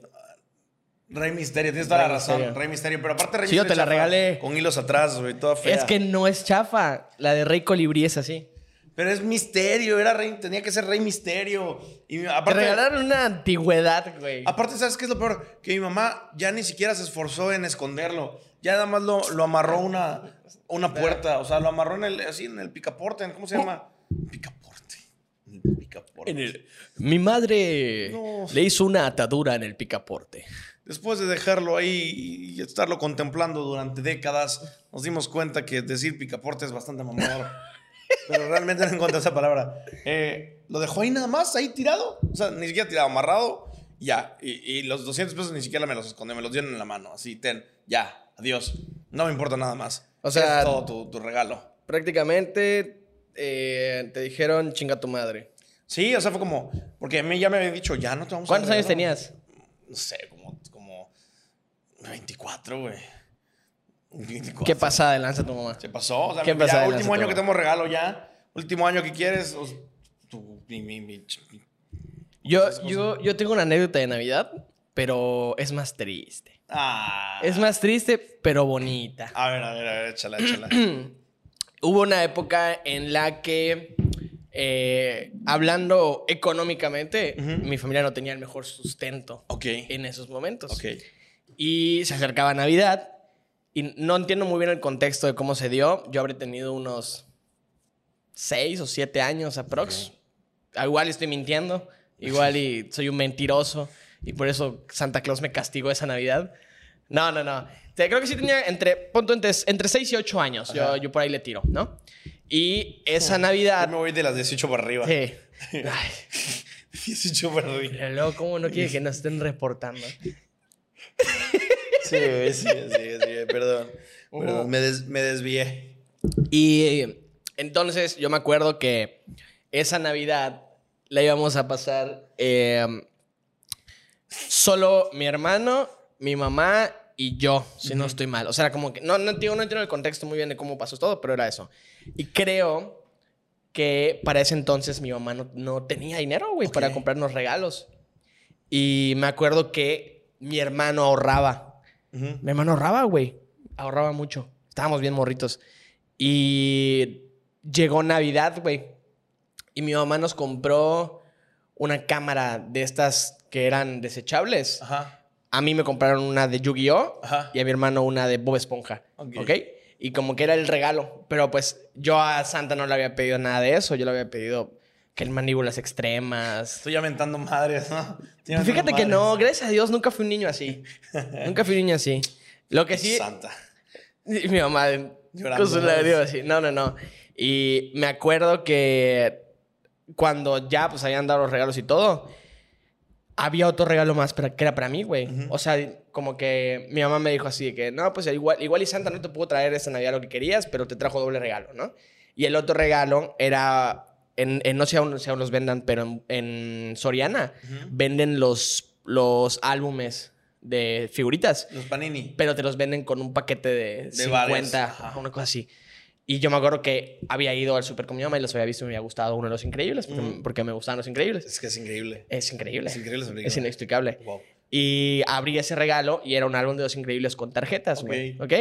S3: Rey Misterio, tienes toda
S2: Rey
S3: la razón.
S2: Misterio.
S3: Rey Misterio, pero aparte Rey
S2: Sí, yo
S3: Misterio
S2: te la
S3: chafa,
S2: regalé.
S3: Con hilos atrás, güey, toda fea.
S2: Es que no es chafa, la de Rey Colibrí es así.
S3: Pero es misterio, era rey, tenía que ser Rey Misterio. Y
S2: Te
S3: aparte...
S2: regalaron una antigüedad, güey.
S3: Aparte, ¿sabes qué es lo peor? Que mi mamá ya ni siquiera se esforzó en esconderlo. Ya nada más lo, lo amarró a una, una puerta. O sea, lo amarró en el, así en el picaporte. en- ¿Cómo se llama? Picaporte. En el picaporte.
S2: Oh. En el- mi madre
S3: No.
S2: le hizo una atadura en el picaporte.
S3: Después de dejarlo ahí y estarlo contemplando durante décadas, nos dimos cuenta que decir picaporte es bastante mamador. Pero realmente no encuentro esa palabra. Eh, lo dejó ahí nada más, ahí tirado. O sea, ni siquiera tirado, amarrado. Ya. Y, y los 200 pesos ni siquiera me los escondió, me los dieron en la mano. Así, ten, ya, adiós. No me importa nada más.
S2: O sea-
S3: Es todo tu, tu regalo.
S2: Prácticamente eh, te dijeron chinga tu madre.
S3: Sí, o sea, fue como. Porque a mí ya me habían dicho, ya no te vamos a
S2: ¿Cuántos
S3: dar
S2: años
S3: regalo.
S2: tenías?
S3: No sé, como, como 24, güey. 24.
S2: ¿Qué pasada de lanza tu mamá?
S3: Se pasó. O sea,
S2: ¿Qué
S3: ya
S2: pasó?
S3: último año
S2: Adelante,
S3: que tenemos regalo ya. Último año que quieres. o s- tu- mi- mi- mi- ch- mi-
S2: Yo, yo, yo tengo una anécdota de Navidad, pero es más triste.
S3: Ah.
S2: Es más triste, pero bonita.
S3: A ver, a ver, a ver, échala, échala.
S2: Hubo una época en la que, eh, hablando económicamente, mi familia no tenía el mejor sustento
S3: ok.
S2: en esos momentos.
S3: Ok.
S2: Y se acercaba Navidad. Y no entiendo muy bien el contexto de cómo se dio. Yo habré tenido unos seis o siete años aprox. Ah, Igual estoy mintiendo. Igual y soy un mentiroso. Y por eso Santa Claus me castigó esa Navidad. No, no, no. O sea, creo que sí tenía entre, punto, entre, entre seis y ocho años. Yo, yo por ahí le tiro, ¿no? Y esa
S3: Yo
S2: Navidad...
S3: me voy de las 18 para arriba.
S2: Sí. Ay,
S3: 18 para arriba.
S2: pero luego, ¿cómo no quiere que nos estén reportando?
S3: Sí, güey, sí, sí, sí, sí, perdón. Perdón, me, des- me desvié.
S2: Y eh, entonces yo me acuerdo que esa Navidad la íbamos a pasar eh, solo mi hermano, mi mamá y yo, si no estoy mal. O sea, era como que no, no, entiendo- no entiendo el contexto muy bien de cómo pasó todo, pero era eso. Y creo que para ese entonces mi mamá no, no tenía dinero, güey, para comprarnos regalos. Y me acuerdo que mi hermano ahorraba.
S3: Ujú.
S2: Mi hermano ahorraba, güey. Ahorraba mucho. Estábamos bien morritos. Y llegó Navidad, güey. Y mi mamá nos compró una cámara de estas que eran desechables.
S3: Ajá.
S2: A mí me compraron una de Yu-Gi-Oh!
S3: Ajá.
S2: y a mi hermano una de Bob Esponja.
S3: Ok.
S2: ¿Ok? Y como que era el regalo. Pero pues yo a Santa no le había pedido nada de eso. Yo le había pedido que el maníbulas extremas.
S3: Estoy aventando madres, ¿no? Estoy
S2: Pues Fíjate
S3: aventando
S2: que no,
S3: madres.
S2: gracias a Dios, nunca fui un niño así. nunca fui un niño así. Lo que sí,
S3: Santa.
S2: y mi mamá
S3: Llorando,
S2: con su
S3: ¿no?
S2: ladrillo así. No, no, no. Y me acuerdo que cuando ya pues habían dado los regalos y todo, había otro regalo más para, que era para mí, güey. O sea, como que mi mamá me dijo así de que, no, pues igual, igual y Santa no te pudo traer esta Navidad lo que querías, pero te trajo doble regalo, ¿no? Y el otro regalo era, en, en- no sé aún, si aún los vendan, pero en, en Soriana venden los, los álbumes de figuritas
S3: Los panini.
S2: pero te los venden con un paquete de,
S3: De
S2: 50,
S3: varios, ajá.
S2: una cosa así. Y yo me acuerdo que había ido al super con mi mamá y los había visto y me había gustado uno de los increíbles, porque, porque me gustaban los increíbles.
S3: Es que es increíble.
S2: Es increíble.
S3: Mm. Es increíble esa película.
S2: Es inexplicable.
S3: Wow.
S2: Y abrí ese regalo y era un álbum de los increíbles con tarjetas, güey.
S3: Ok.
S2: ¿Ok?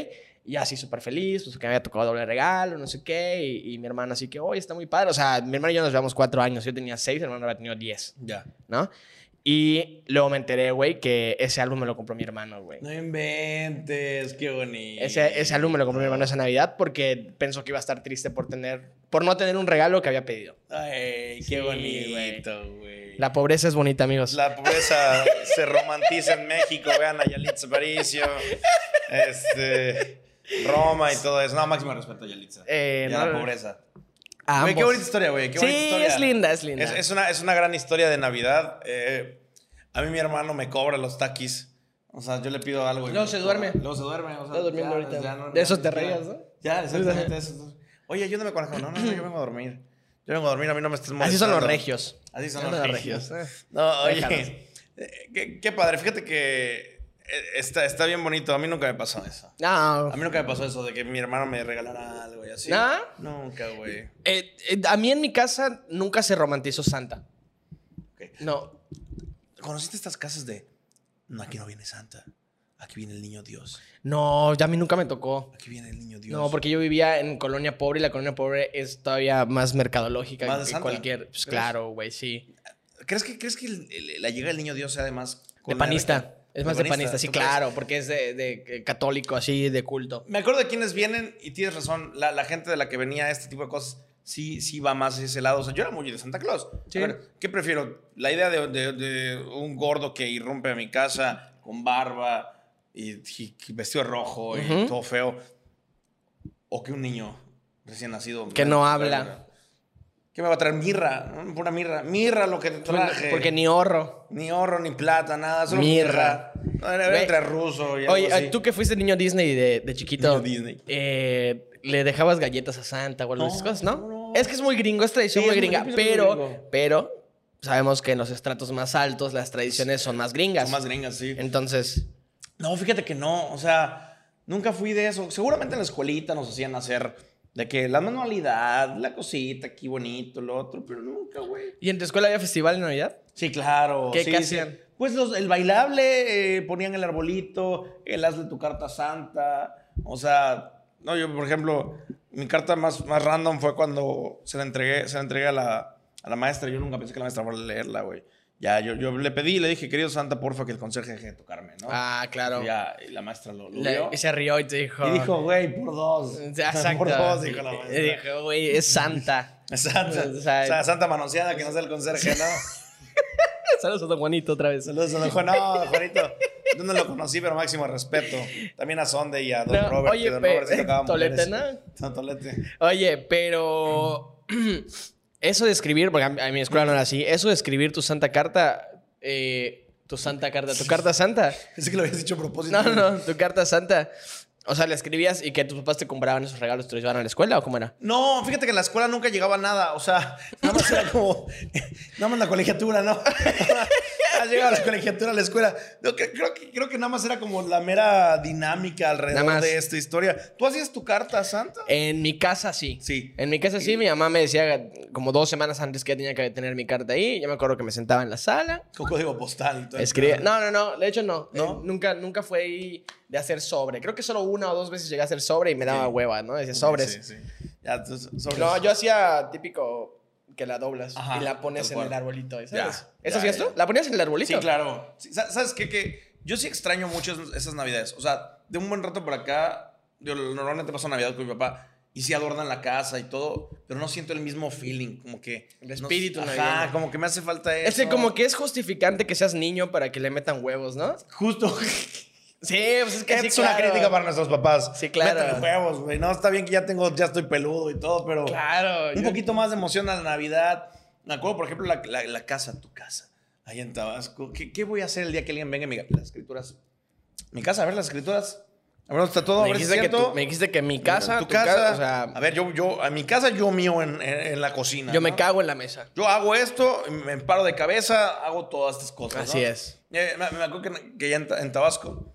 S2: Y así súper feliz, pues que me había tocado doble regalo, no sé qué. Y, y mi hermana así que, oye, está muy padre. O sea, mi hermana y yo nos llevamos cuatro años. Yo tenía seis, mi hermana había tenido diez.
S3: Ya.
S2: ¿no? Y luego me enteré, güey, que ese álbum me lo compró mi hermano, güey.
S3: No inventes, qué bonito.
S2: Ese, ese álbum me lo compró mi hermano esa Navidad porque pensó que iba a estar triste por tener, por no tener un regalo que había pedido.
S3: Ay, qué
S2: Sí,
S3: bonito, güey.
S2: La pobreza es bonita, amigos.
S3: La pobreza se romantiza en México. Vean a Yalitza Aparicio, este, Roma y todo eso. No, máximo respeto a Yalitza.
S2: Eh,
S3: y a
S2: no,
S3: la pobreza.
S2: A
S3: Güey, qué
S2: ambos.
S3: bonita historia, güey. qué
S2: Sí,
S3: bonita historia.
S2: es linda, es linda.
S3: Es, es una, es una gran historia de Navidad. Eh, a mí mi hermano me cobra los taquis. O sea, yo le pido algo. y
S2: Luego
S3: me
S2: se
S3: cobra.
S2: duerme.
S3: Luego se duerme. O sea,
S2: Está durmiendo ahorita. De
S3: ya
S2: eso
S3: ni
S2: te
S3: siquiera-
S2: reías, ¿no?
S3: Ya, exactamente. de eso. Oye, ayúdame con la cama. No, no, no, yo vengo a dormir. Yo vengo a dormir, a mí no me estés molestando.
S2: Así son los regios.
S3: Así son
S2: Son
S3: los
S2: los
S3: regios.
S2: regios.
S3: No, oye.
S2: Déjalos.
S3: eh, Qué, qué padre. Fíjate que eh, está, está bien bonito. A mí nunca me pasó eso.
S2: No.
S3: A mí nunca me pasó eso de que mi hermano me regalara algo y así.
S2: ¿No?
S3: Nunca, güey.
S2: Eh, eh, a mí en mi casa nunca se romantizó Santa.
S3: Ok.
S2: No.
S3: ¿Conociste estas casas de no, aquí no viene Santa? Aquí viene el niño Dios.
S2: No, ya a mí nunca me tocó.
S3: Aquí viene el niño Dios.
S2: No, porque yo vivía en colonia pobre y la colonia pobre es todavía más mercadológica
S3: Más de
S2: que
S3: Santa,
S2: cualquier.
S3: ¿crees?
S2: Pues claro, güey, sí.
S3: ¿Crees que, crees que el- el- la llegada del niño Dios sea además.
S2: De
S3: con la-
S2: panista. Es más de panista, sí,
S3: ¿tú crees?
S2: claro, porque es de, de, eh, católico, así, de culto.
S3: Me acuerdo de quienes vienen y tienes razón. La, la gente de la que venía este tipo de cosas sí, sí va más hacia ese lado. O sea, yo era muy de Santa Claus.
S2: Sí.
S3: A ver, ¿qué prefiero? La idea de, de- de un gordo que irrumpe a mi casa con barba y, y vestido de rojo y
S2: Ujú.
S3: todo feo. O que un niño recién nacido.
S2: Que no habla.
S3: ¿Qué me va a traer? Mirra. ¿no? Pura mirra. Mirra lo que te traje.
S2: Porque ni horro.
S3: Ni oro, ni plata, nada. Solo
S2: Mirra.
S3: mirra. No,
S2: Güey.
S3: era entre ruso y algo
S2: Oye, ah,
S3: así.
S2: tú que fuiste niño Disney de, de chiquito.
S3: Niño Disney.
S2: eh, le dejabas galletas a Santa o algo de esas
S3: No,
S2: cosas, ¿no?
S3: no.
S2: Es que es muy gringo, es tradición
S3: Sí, es
S2: muy
S3: muy-
S2: gringa.
S3: es muy
S2: pero,
S3: gringo.
S2: pero sabemos que en los estratos más altos las tradiciones son más gringas.
S3: Son más gringas, sí.
S2: Entonces,
S3: No, fíjate que no, o sea, nunca fui de eso. Seguramente en la escuelita nos hacían hacer de que la manualidad, la cosita, aquí bonito, lo otro, pero nunca, güey.
S2: ¿y en tu escuela había festival de Navidad?
S3: Sí, claro.
S2: ¿Qué-
S3: sí,
S2: qué
S3: sí.
S2: hacían?
S3: Pues los- el bailable, eh, ponían el arbolito, el hazle tu carta santa, o sea, no, yo, por ejemplo, mi carta más, más random fue cuando se la entregué, se la entregué a la, a la maestra, yo nunca pensé que la maestra fuera a leerla, güey. Ya, yo, yo le pedí, le dije, querido Santa, porfa, que el conserje deje de tocarme, ¿no?
S2: Ah, claro.
S3: Y Ya, y la maestra lo, lo
S2: La-
S3: vio.
S2: y se rió y te dijo.
S3: Y dijo, güey, por dos.
S2: "Ya,
S3: Por
S2: Exacto.
S3: dos, dijo la
S2: Y
S3: maestra.
S2: dijo, güey, es Santa.
S3: Santa,
S2: O sea,
S3: o sea, Santa manoseada, que no sea el conserje, ¿no?
S2: Saludos a Don Juanito otra vez.
S3: Saludos a don Juan. No, Juanito, yo no lo conocí, pero máximo respeto. También a Sonde y a Don
S2: No,
S3: Robert.
S2: oye,
S3: que don
S2: pe-
S3: Robert sí tocaba mujeres.
S2: Tolete,
S3: No, Tolete.
S2: Oye, pero eso de escribir, porque a mi- a mi escuela no era así, eso de escribir tu santa carta, eh, tu santa carta, tu carta santa.
S3: Pensé que lo habías dicho a propósito.
S2: No, no, tu carta santa. O sea, la escribías y que tus papás te compraban esos regalos y te los llevaban a la escuela o cómo era.
S3: No, fíjate que en la escuela nunca llegaba nada. O sea, nada más era como. Nada más la colegiatura, ¿no? Ha llegado la colegiatura a la escuela. No, cre- creo, que, creo que nada más era como la mera dinámica
S2: Nada
S3: alrededor
S2: más.
S3: de esta historia. ¿Tú hacías tu carta a Santa?
S2: En mi casa sí.
S3: Sí.
S2: En mi casa sí, mi mamá me decía como dos semanas antes que ya tenía que tener mi carta ahí. Yo me acuerdo que me sentaba en la sala,
S3: Con código postal y todo.
S2: escribía. No, no, no, de hecho no.
S3: ¿No?
S2: Eh, nunca, nunca fue ahí de hacer sobre. Creo que solo una o dos veces llegué a hacer sobre y me daba
S3: Ok.
S2: hueva, ¿no? Decía sobres.
S3: Sí, sí. Ya, tú- sobres.
S2: No, yo hacía típico que la doblas
S3: Ajá,
S2: y la pones
S3: tal
S2: en
S3: cual.
S2: el arbolito. ¿Sabes?
S3: Ya,
S2: ¿Eso
S3: ya,
S2: hacías
S3: ya.
S2: tú? ¿La ponías en el arbolito?
S3: Sí, claro. Sí, sa- ¿Sabes qué? Que yo sí extraño mucho esas- esas navidades. O sea, de un buen rato por acá, yo normalmente paso Navidad con mi papá y sí adornan la casa y todo, pero no siento el mismo feeling, como que...
S2: El
S3: no-
S2: espíritu
S3: ajá,
S2: navideño.
S3: como que me hace falta eso.
S2: Es que como que es justificante que seas niño para que le metan huevos, ¿no?
S3: Justo.
S2: Sí, pues es que
S3: es
S2: sí,
S3: una
S2: claro.
S3: crítica para nuestros papás.
S2: Sí, claro.
S3: Métele huevos, güey. No, está bien que ya tengo, ya estoy peludo y todo, pero... un
S2: Claro. yo-
S3: poquito más de emoción a la Navidad. Me acuerdo, por ejemplo, la, la- la casa, tu casa, ahí en Tabasco. ¿Qué, qué voy a hacer el día que alguien venga y me diga las escrituras? Mi casa, a ver las escrituras. A ver dónde está todo, a
S2: me,
S3: ver si es
S2: dijiste que
S3: cierto.
S2: tu- me dijiste que mi casa,
S3: tu,
S2: tu,
S3: casa.
S2: ca- o sea,
S3: a ver, yo, yo, a mi casa yo mío en, en- en la cocina.
S2: yo me
S3: ¿no?
S2: cago en la mesa.
S3: Yo hago esto, me paro de cabeza, hago todas estas cosas.
S2: Así
S3: ¿no?
S2: es.
S3: Eh, me, me acuerdo que, que ya en, Ta- en Tabasco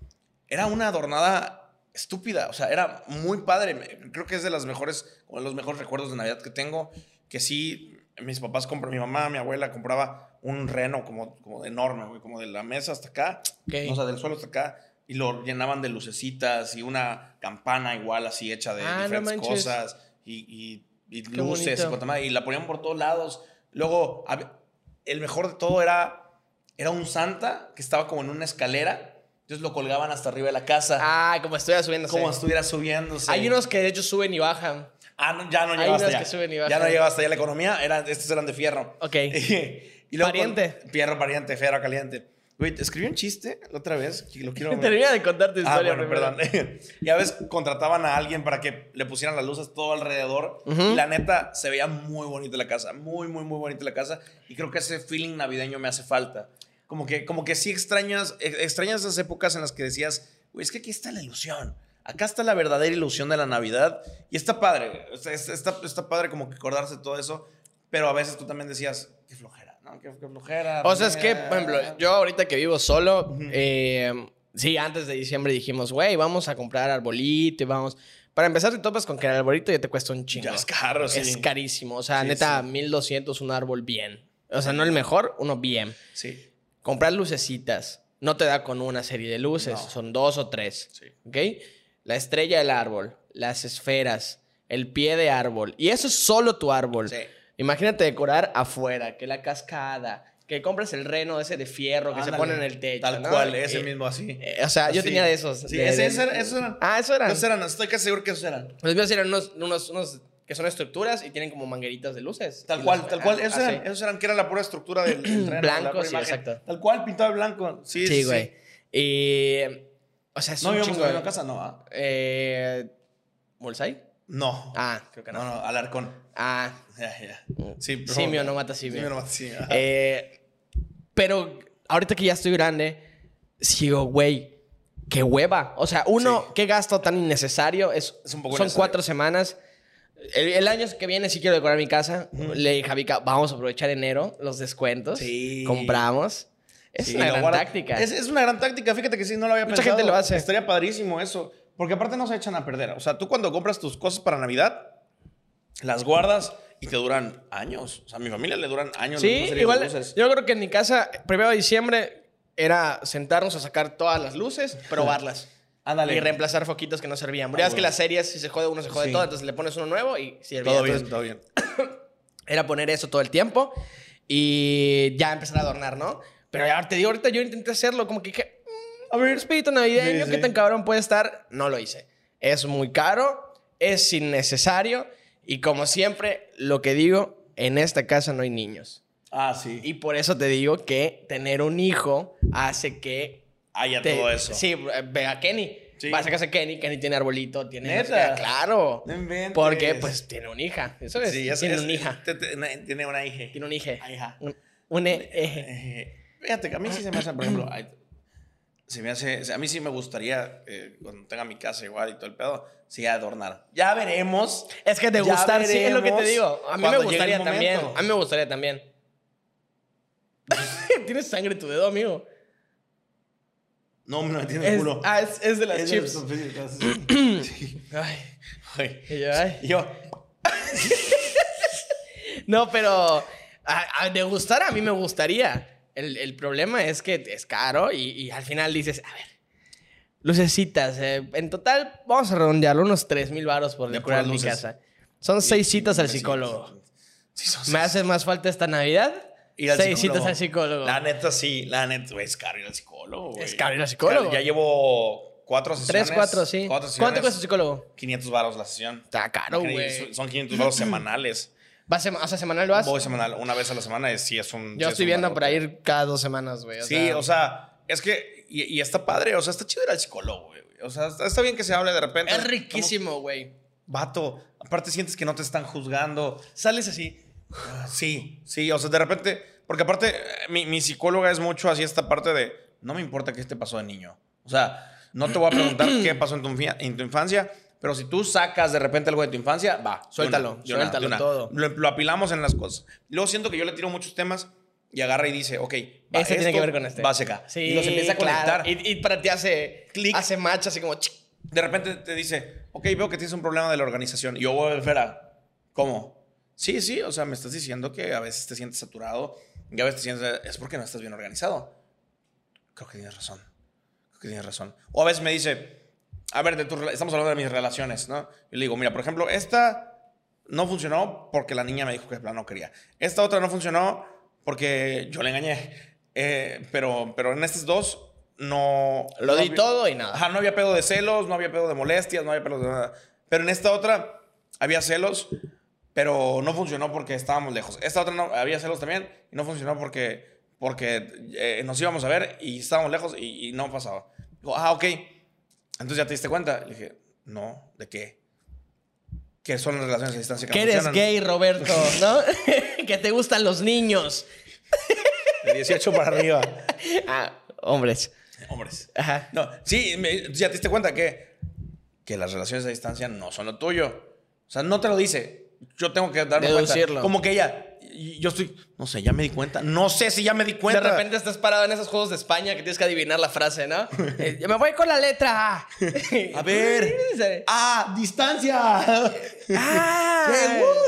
S3: era una adornada estúpida, o sea, era muy padre. Me- Creo que es de las mejores, o de los mejores recuerdos de Navidad que tengo, que sí, mis papás compran, mi mamá, mi abuela compraba un reno como, como enorme, güey, como de la mesa hasta acá,
S2: Ok.
S3: o sea, del suelo hasta acá. Y lo llenaban de lucecitas y una campana igual así hecha de
S2: Ah, no
S3: diferentes
S2: manches.
S3: cosas y, y, y luces y
S2: bonito.
S3: cuanta madre, y la ponían por todos lados. Luego, hab- el mejor de todo era era un santa que estaba como en una escalera, entonces lo colgaban hasta arriba de la casa,
S2: Ah, como estoy subiendo.
S3: como estuviera subiéndose.
S2: Hay unos que de hecho suben y bajan.
S3: Ah, no, ya no
S2: Hay
S3: llegaba hasta
S2: unos
S3: allá.
S2: que suben y
S3: ya
S2: bajan.
S3: no llegaba hasta allá la economía, eran, estos eran de fierro.
S2: Ok.
S3: y luego
S2: Pariente.
S3: con- fierro, pariente, fierro, caliente. Güey, te escribí un chiste la otra vez, que lo quiero...
S2: Termina de contar tu
S3: Ah,
S2: historia.
S3: bueno,
S2: primero.
S3: perdón. y a veces contrataban a alguien para que le pusieran las luces todo alrededor. Y la neta, se veía muy bonita la casa. Muy, muy, muy bonita la casa. Y creo que ese feeling navideño me hace falta. Como que, como que sí extrañas, ex- extrañas esas épocas en las que decías, güey, es que aquí está la ilusión. Acá está la verdadera ilusión de la Navidad. Y está padre. güey. O sea, es- está, está padre como que acordarse de todo eso. Pero a veces tú también decías, qué flojera, ¿no? Qué, qué flojera. eh,
S2: O sea, es que,
S3: flojera".
S2: por ejemplo, yo ahorita que vivo solo, eh, sí, antes de diciembre dijimos, güey, vamos a comprar arbolito y vamos. Para empezar, te topas con que el arbolito ya te cuesta un chingo.
S3: Ya es caro, sí.
S2: Es carísimo. O sea,
S3: Sí,
S2: neta, 1200 un árbol bien. O sea, no el mejor, uno bien.
S3: Sí.
S2: Comprar lucecitas no te da con una serie de luces,
S3: No.
S2: son dos o tres.
S3: Sí.
S2: ¿Ok? La estrella del árbol, las esferas, el pie de árbol. Y eso es solo tu árbol.
S3: Sí.
S2: Imagínate decorar afuera, que la cascada, que compras el reno ese de fierro que se
S3: Ándale,
S2: pone en el techo.
S3: Tal
S2: ¿no?
S3: cual,
S2: Eh,
S3: ese mismo así.
S2: eh, o sea, yo
S3: Así.
S2: tenía de esos.
S3: Sí,
S2: de-
S3: ese-
S2: de-
S3: ese era- esos eran.
S2: Ah, eso eran.
S3: Esos eran, estoy casi seguro que esos eran.
S2: Los míos eran unos, unos, unos que son estructuras y tienen como mangueritas de luces.
S3: Tal
S2: Y
S3: cual,
S2: los-
S3: tal cual.
S2: ah,
S3: Esos,
S2: ah,
S3: eran,
S2: sí.
S3: esos eran, que era la pura estructura del, del tren,
S2: Blanco,
S3: la pura
S2: sí,
S3: imagen.
S2: exacto.
S3: Tal cual, pintado de blanco. Sí, sí,
S2: Sí, güey. Eh, o sea, es
S3: No
S2: un
S3: vivíamos en
S2: chingo.
S3: la
S2: de-
S3: misma casa, no. ¿ah?
S2: Eh, ¿Bolsay?
S3: No.
S2: Ah, creo que no.
S3: no, no, Alarcón.
S2: Ah,
S3: Ya, ya. Sí, por
S2: simio
S3: favor.
S2: no mata simio.
S3: Simio no mata simio. Ajá.
S2: Eh, pero ahorita que ya estoy grande, sigo, güey, qué hueva. O sea, uno,
S3: Sí.
S2: qué gasto tan innecesario. Es,
S3: Es un poco
S2: son
S3: innecesario.
S2: cuatro semanas. El, el año que viene sí quiero decorar mi casa. Le dije a Vika, vamos a aprovechar enero, los descuentos.
S3: Sí.
S2: Compramos. Es
S3: Sí,
S2: una
S3: lo
S2: gran
S3: guarda-
S2: táctica.
S3: Es, es una gran táctica, fíjate que sí, no lo había
S2: Mucha
S3: pensado.
S2: gente lo hace.
S3: Estaría padrísimo eso. Porque aparte no se echan a perder. O sea, tú cuando compras tus cosas para Navidad, las guardas y te duran años. O sea, a mi familia le duran años. las
S2: Sí,
S3: luces y las
S2: igual.
S3: luces.
S2: Yo creo que en mi casa, primero de diciembre, era sentarnos a sacar todas las luces, probarlas.
S3: Ándale.
S2: Y reemplazar foquitos que no servían. Porque
S3: Ah,
S2: ya es que
S3: bueno.
S2: las series, si se jode uno, se jode
S3: Sí.
S2: todo. Entonces le pones uno nuevo y sirve.
S3: Todo bien, todo bien.
S2: Era poner eso todo el tiempo y ya empezar a adornar, ¿no? Pero ahora te digo, ahorita yo intenté hacerlo como que dije, mm, a ver, espíritu navideño,
S3: Sí,
S2: ¿qué
S3: sí.
S2: tan cabrón puede estar? No lo hice. Es muy caro, es innecesario y como siempre, lo que digo, en esta casa no hay niños.
S3: Ah, sí.
S2: Y por eso te digo que tener un hijo hace que...
S3: haya
S2: te-
S3: todo eso.
S2: Sí, ve a Kenny.
S3: Sí.
S2: Vas a casa de Kenny, Kenny tiene arbolito, tiene...
S3: ¿Neta?
S2: Claro.
S3: No inventes.
S2: Porque pues tiene una hija. Eso es.
S3: Sí, es-
S2: tiene
S3: es-
S2: una hija.
S3: te- te- na- tiene una hija.
S2: Tiene un hija.
S3: Hija.
S2: Un, un e- eje.
S3: Eh, Fíjate que a mí sí se me hace, por ejemplo, ay, se me hace, a mí sí me gustaría, eh, cuando tenga mi casa igual y todo el pedo, sí adornar. Ya veremos.
S2: Es que te
S3: Ya
S2: gustar, sí, es lo que te
S3: veremos
S2: digo. A mí
S3: cuando
S2: me
S3: llegue
S2: gustaría
S3: el
S2: también.
S3: momento.
S2: A mí me gustaría también. Tienes sangre en tu dedo, amigo.
S3: No, no tiene
S2: Es,
S3: culo.
S2: ah, es, es de las
S3: Es de
S2: chips.
S3: los- Sí.
S2: Ay,
S3: Ay.
S2: y yo, ay.
S3: Y Yo,
S2: No, pero a- a- de gustar a mí me gustaría. El, el problema es que es caro y, y al final dices, a ver, lucecitas. eh, en total, vamos a redondearlo, unos 3 mil baros por
S3: De
S2: decorar
S3: puras
S2: mi
S3: luces.
S2: casa. Son seis citas al psicólogo.
S3: Sí, son-
S2: ¿Me hace más falta esta Navidad?
S3: Ir al
S2: seis
S3: psicólogo.
S2: citas al psicólogo.
S3: La neta, sí. La neta, güey, es caro ir al psicólogo, güey.
S2: Es caro ir al psicólogo.
S3: Ya llevo cuatro sesiones.
S2: Tres, cuatro, sí.
S3: Cuatro
S2: ¿Cuánto
S3: sesiones.
S2: te cuesta el psicólogo?
S3: 500 varos la sesión.
S2: Está caro,
S3: Son-
S2: güey.
S3: Son 500 varos semanales.
S2: ¿Vas sema- o sea, semanal vas?
S3: Voy semanal, una vez a la semana, es- sí es un...
S2: Yo
S3: sí es
S2: estoy
S3: un
S2: viendo
S3: barrote.
S2: para ir cada dos semanas, güey.
S3: sí, o sea, es que... Y, y está padre, o sea, está chido ir al psicólogo, güey. O sea, está, está bien que se hable de repente.
S2: es riquísimo, güey.
S3: Vato, aparte sientes que no te están juzgando. Sales así. Sí, sí, o sea, de repente, porque aparte eh, mi, mi psicóloga es mucho así esta parte de, no me importa qué te pasó de niño. O sea, no te voy a preguntar qué pasó en tu, infia- en tu infancia, pero si tú sacas de repente algo de tu infancia, va, de
S2: Suéltalo,
S3: una, de
S2: suéltalo
S3: una.
S2: todo.
S3: Lo, em-, lo apilamos en las cosas. Luego siento que yo le tiro muchos temas y agarra y dice, ok, va,
S2: Este tiene
S3: esto,
S2: que ver con este.
S3: Va hacia acá.
S2: Sí,
S3: y los empieza a
S2: claro.
S3: conectar.
S2: Y, y para ti hace
S3: Clic.
S2: Hace match, así como. chic.
S3: De repente te dice, ok, veo que tienes un problema de la organización. Y yo voy a ¿cómo? Sí, sí, o sea, me estás diciendo que a veces te sientes saturado y a veces te sientes, es porque no estás bien organizado. Creo que tienes razón. Creo que tienes razón. O a veces me dice, a ver, de tu rela- estamos hablando de mis relaciones, ¿no? Y le digo, mira, por ejemplo, esta no funcionó porque la niña me dijo que de plano no quería. Esta otra no funcionó porque yo le engañé. Eh, pero, pero en estas dos no...
S2: Lo
S3: no
S2: di
S3: había-
S2: todo y nada.
S3: Ajá, no había pedo de celos, no había pedo de molestias, no había pedo de nada. Pero en esta otra había celos, pero no funcionó porque estábamos lejos. Esta otra no, había celos también y no funcionó porque, porque eh, nos íbamos a ver y estábamos lejos y, y no pasaba. Digo, ah, ok. Entonces ya te diste cuenta. Le dije, no, ¿de qué? ¿Qué son las relaciones a distancia que
S2: Que
S3: no
S2: eres
S3: funcionan?
S2: gay, Roberto, ¿no? que te gustan los niños.
S3: De 18 para arriba.
S2: Ah, hombres.
S3: Hombres.
S2: Ajá.
S3: No, sí, me- ya te diste cuenta que, que las relaciones a distancia no son lo tuyo. O sea, no te lo dice. Yo tengo que darme
S2: Deducirlo.
S3: cuenta. Como que ella, y- yo estoy, no sé, ya me di cuenta. No sé si ya me di
S2: De
S3: cuenta.
S2: repente estás parado en esos juegos de España que tienes que adivinar la frase, ¿no? Eh, me voy con la letra A.
S3: A ver. ¡Ah! ¡Distancia!
S2: Ah.
S3: Sí,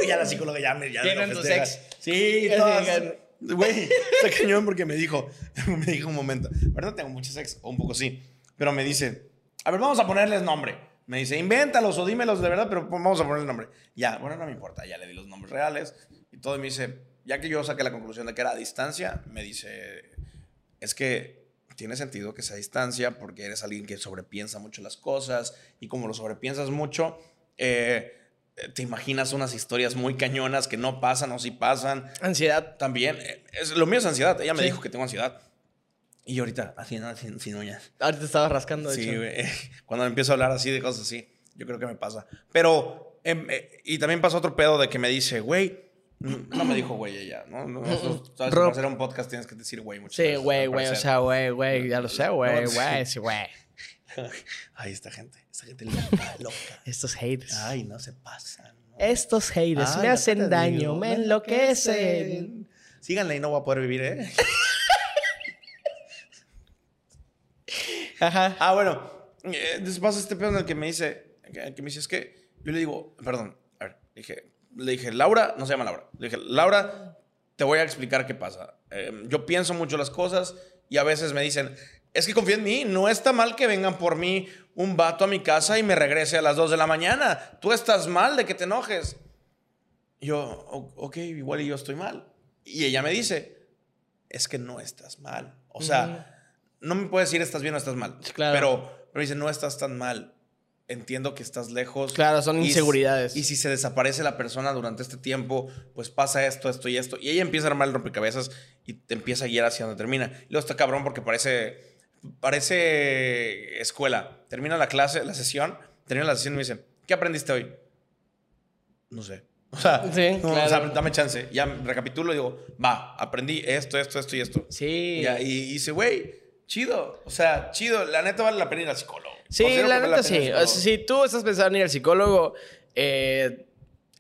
S3: uy, ya la psicóloga ya me. Ya me lo
S2: Llegan tus
S3: festeja.
S2: ex.
S3: Sí,
S2: Ya
S3: todas.
S2: llegan.
S3: Güey, está cañón porque me dijo, me dijo un momento. ¿Verdad? Tengo muchos ex, o un poco sí. Pero me dice, a ver, vamos a ponerles nombre. Me dice, invéntalos o dímelos de verdad, pero pues, vamos a ponerle nombre. Ya, bueno, no me importa, ya le di los nombres reales y todo. Y me dice, ya que yo saqué la conclusión de que era a distancia, me dice, es que tiene sentido que sea a distancia porque eres alguien que sobrepiensa mucho las cosas y como lo sobrepiensas mucho, eh, te imaginas unas historias muy cañonas que no pasan o sí pasan.
S2: Ansiedad.
S3: También, eh, es, lo mío es ansiedad. Ella me
S2: Sí.
S3: dijo que tengo ansiedad. Y yo ahorita, así, no, sin, sin uñas.
S2: Ahorita estabas rascando, de
S3: Sí,
S2: hecho.
S3: güey. Cuando empiezo a hablar así de cosas así, yo creo que me pasa. Pero, em, eh, y también pasa otro pedo de que me dice, güey, mm, no me dijo güey ella, ¿no?
S2: Mm,
S3: no nosotros, sabes, para hacer un podcast tienes que decir güey muchas
S2: Sí,
S3: veces,
S2: güey,
S3: al
S2: güey, o
S3: parecer.
S2: sea, güey, güey, ya lo sé, güey,
S3: No,
S2: güey, sí, güey.
S3: Ay, esta gente, esta gente loca, loca.
S2: Estos haters.
S3: Ay, no se pasan. ¿no?
S2: Estos haters
S3: Ay,
S2: me
S3: no
S2: hacen
S3: Ah, te
S2: daño,
S3: digo,
S2: me enloquecen.
S3: Síganle y no voy a poder vivir, ¿eh?
S2: Ajá.
S3: Ah, bueno. eh, Entonces pasa este pedo en el que me dice, que que me dice, es que yo le digo, perdón, a ver, le dije, le dije, Laura, no se llama Laura, le dije, Laura, te voy a explicar qué pasa. Eh, yo pienso mucho las cosas y a veces me dicen, es que confía en mí, no está mal que vengan por mí un vato a mi casa y me regrese a las 2 de la mañana. Tú estás mal de que te enojes. Y Yo, "O- ok, igual y yo estoy mal. Y ella me dice, es que no estás mal. O sea, no me puedes decir estás bien o estás mal.
S2: Sí, claro.
S3: Pero, pero dice, no estás tan mal. Entiendo que estás lejos.
S2: Claro, son
S3: Y si-
S2: inseguridades.
S3: Y si se desaparece la persona durante este tiempo, pues pasa esto, esto y esto. Y ella empieza a armar el rompecabezas y te empieza a guiar hacia donde termina. Y luego está cabrón porque parece, parece escuela. Termina la clase, la sesión, termina la sesión y me dicen, ¿qué aprendiste hoy? no sé. O sea,
S2: Sí,
S3: no, o
S2: claro.
S3: sea, dame chance. Ya recapitulo y digo, va, aprendí esto, esto, esto y esto.
S2: Sí.
S3: Ya, y dice, güey, chido. O sea, chido. La neta vale la pena ir al psicólogo.
S2: Sí,
S3: Considero
S2: la
S3: que vale
S2: neta
S3: pena ir
S2: sí.
S3: al
S2: O sea,
S3: psicólogo.
S2: si tú estás pensando en ir al psicólogo, eh,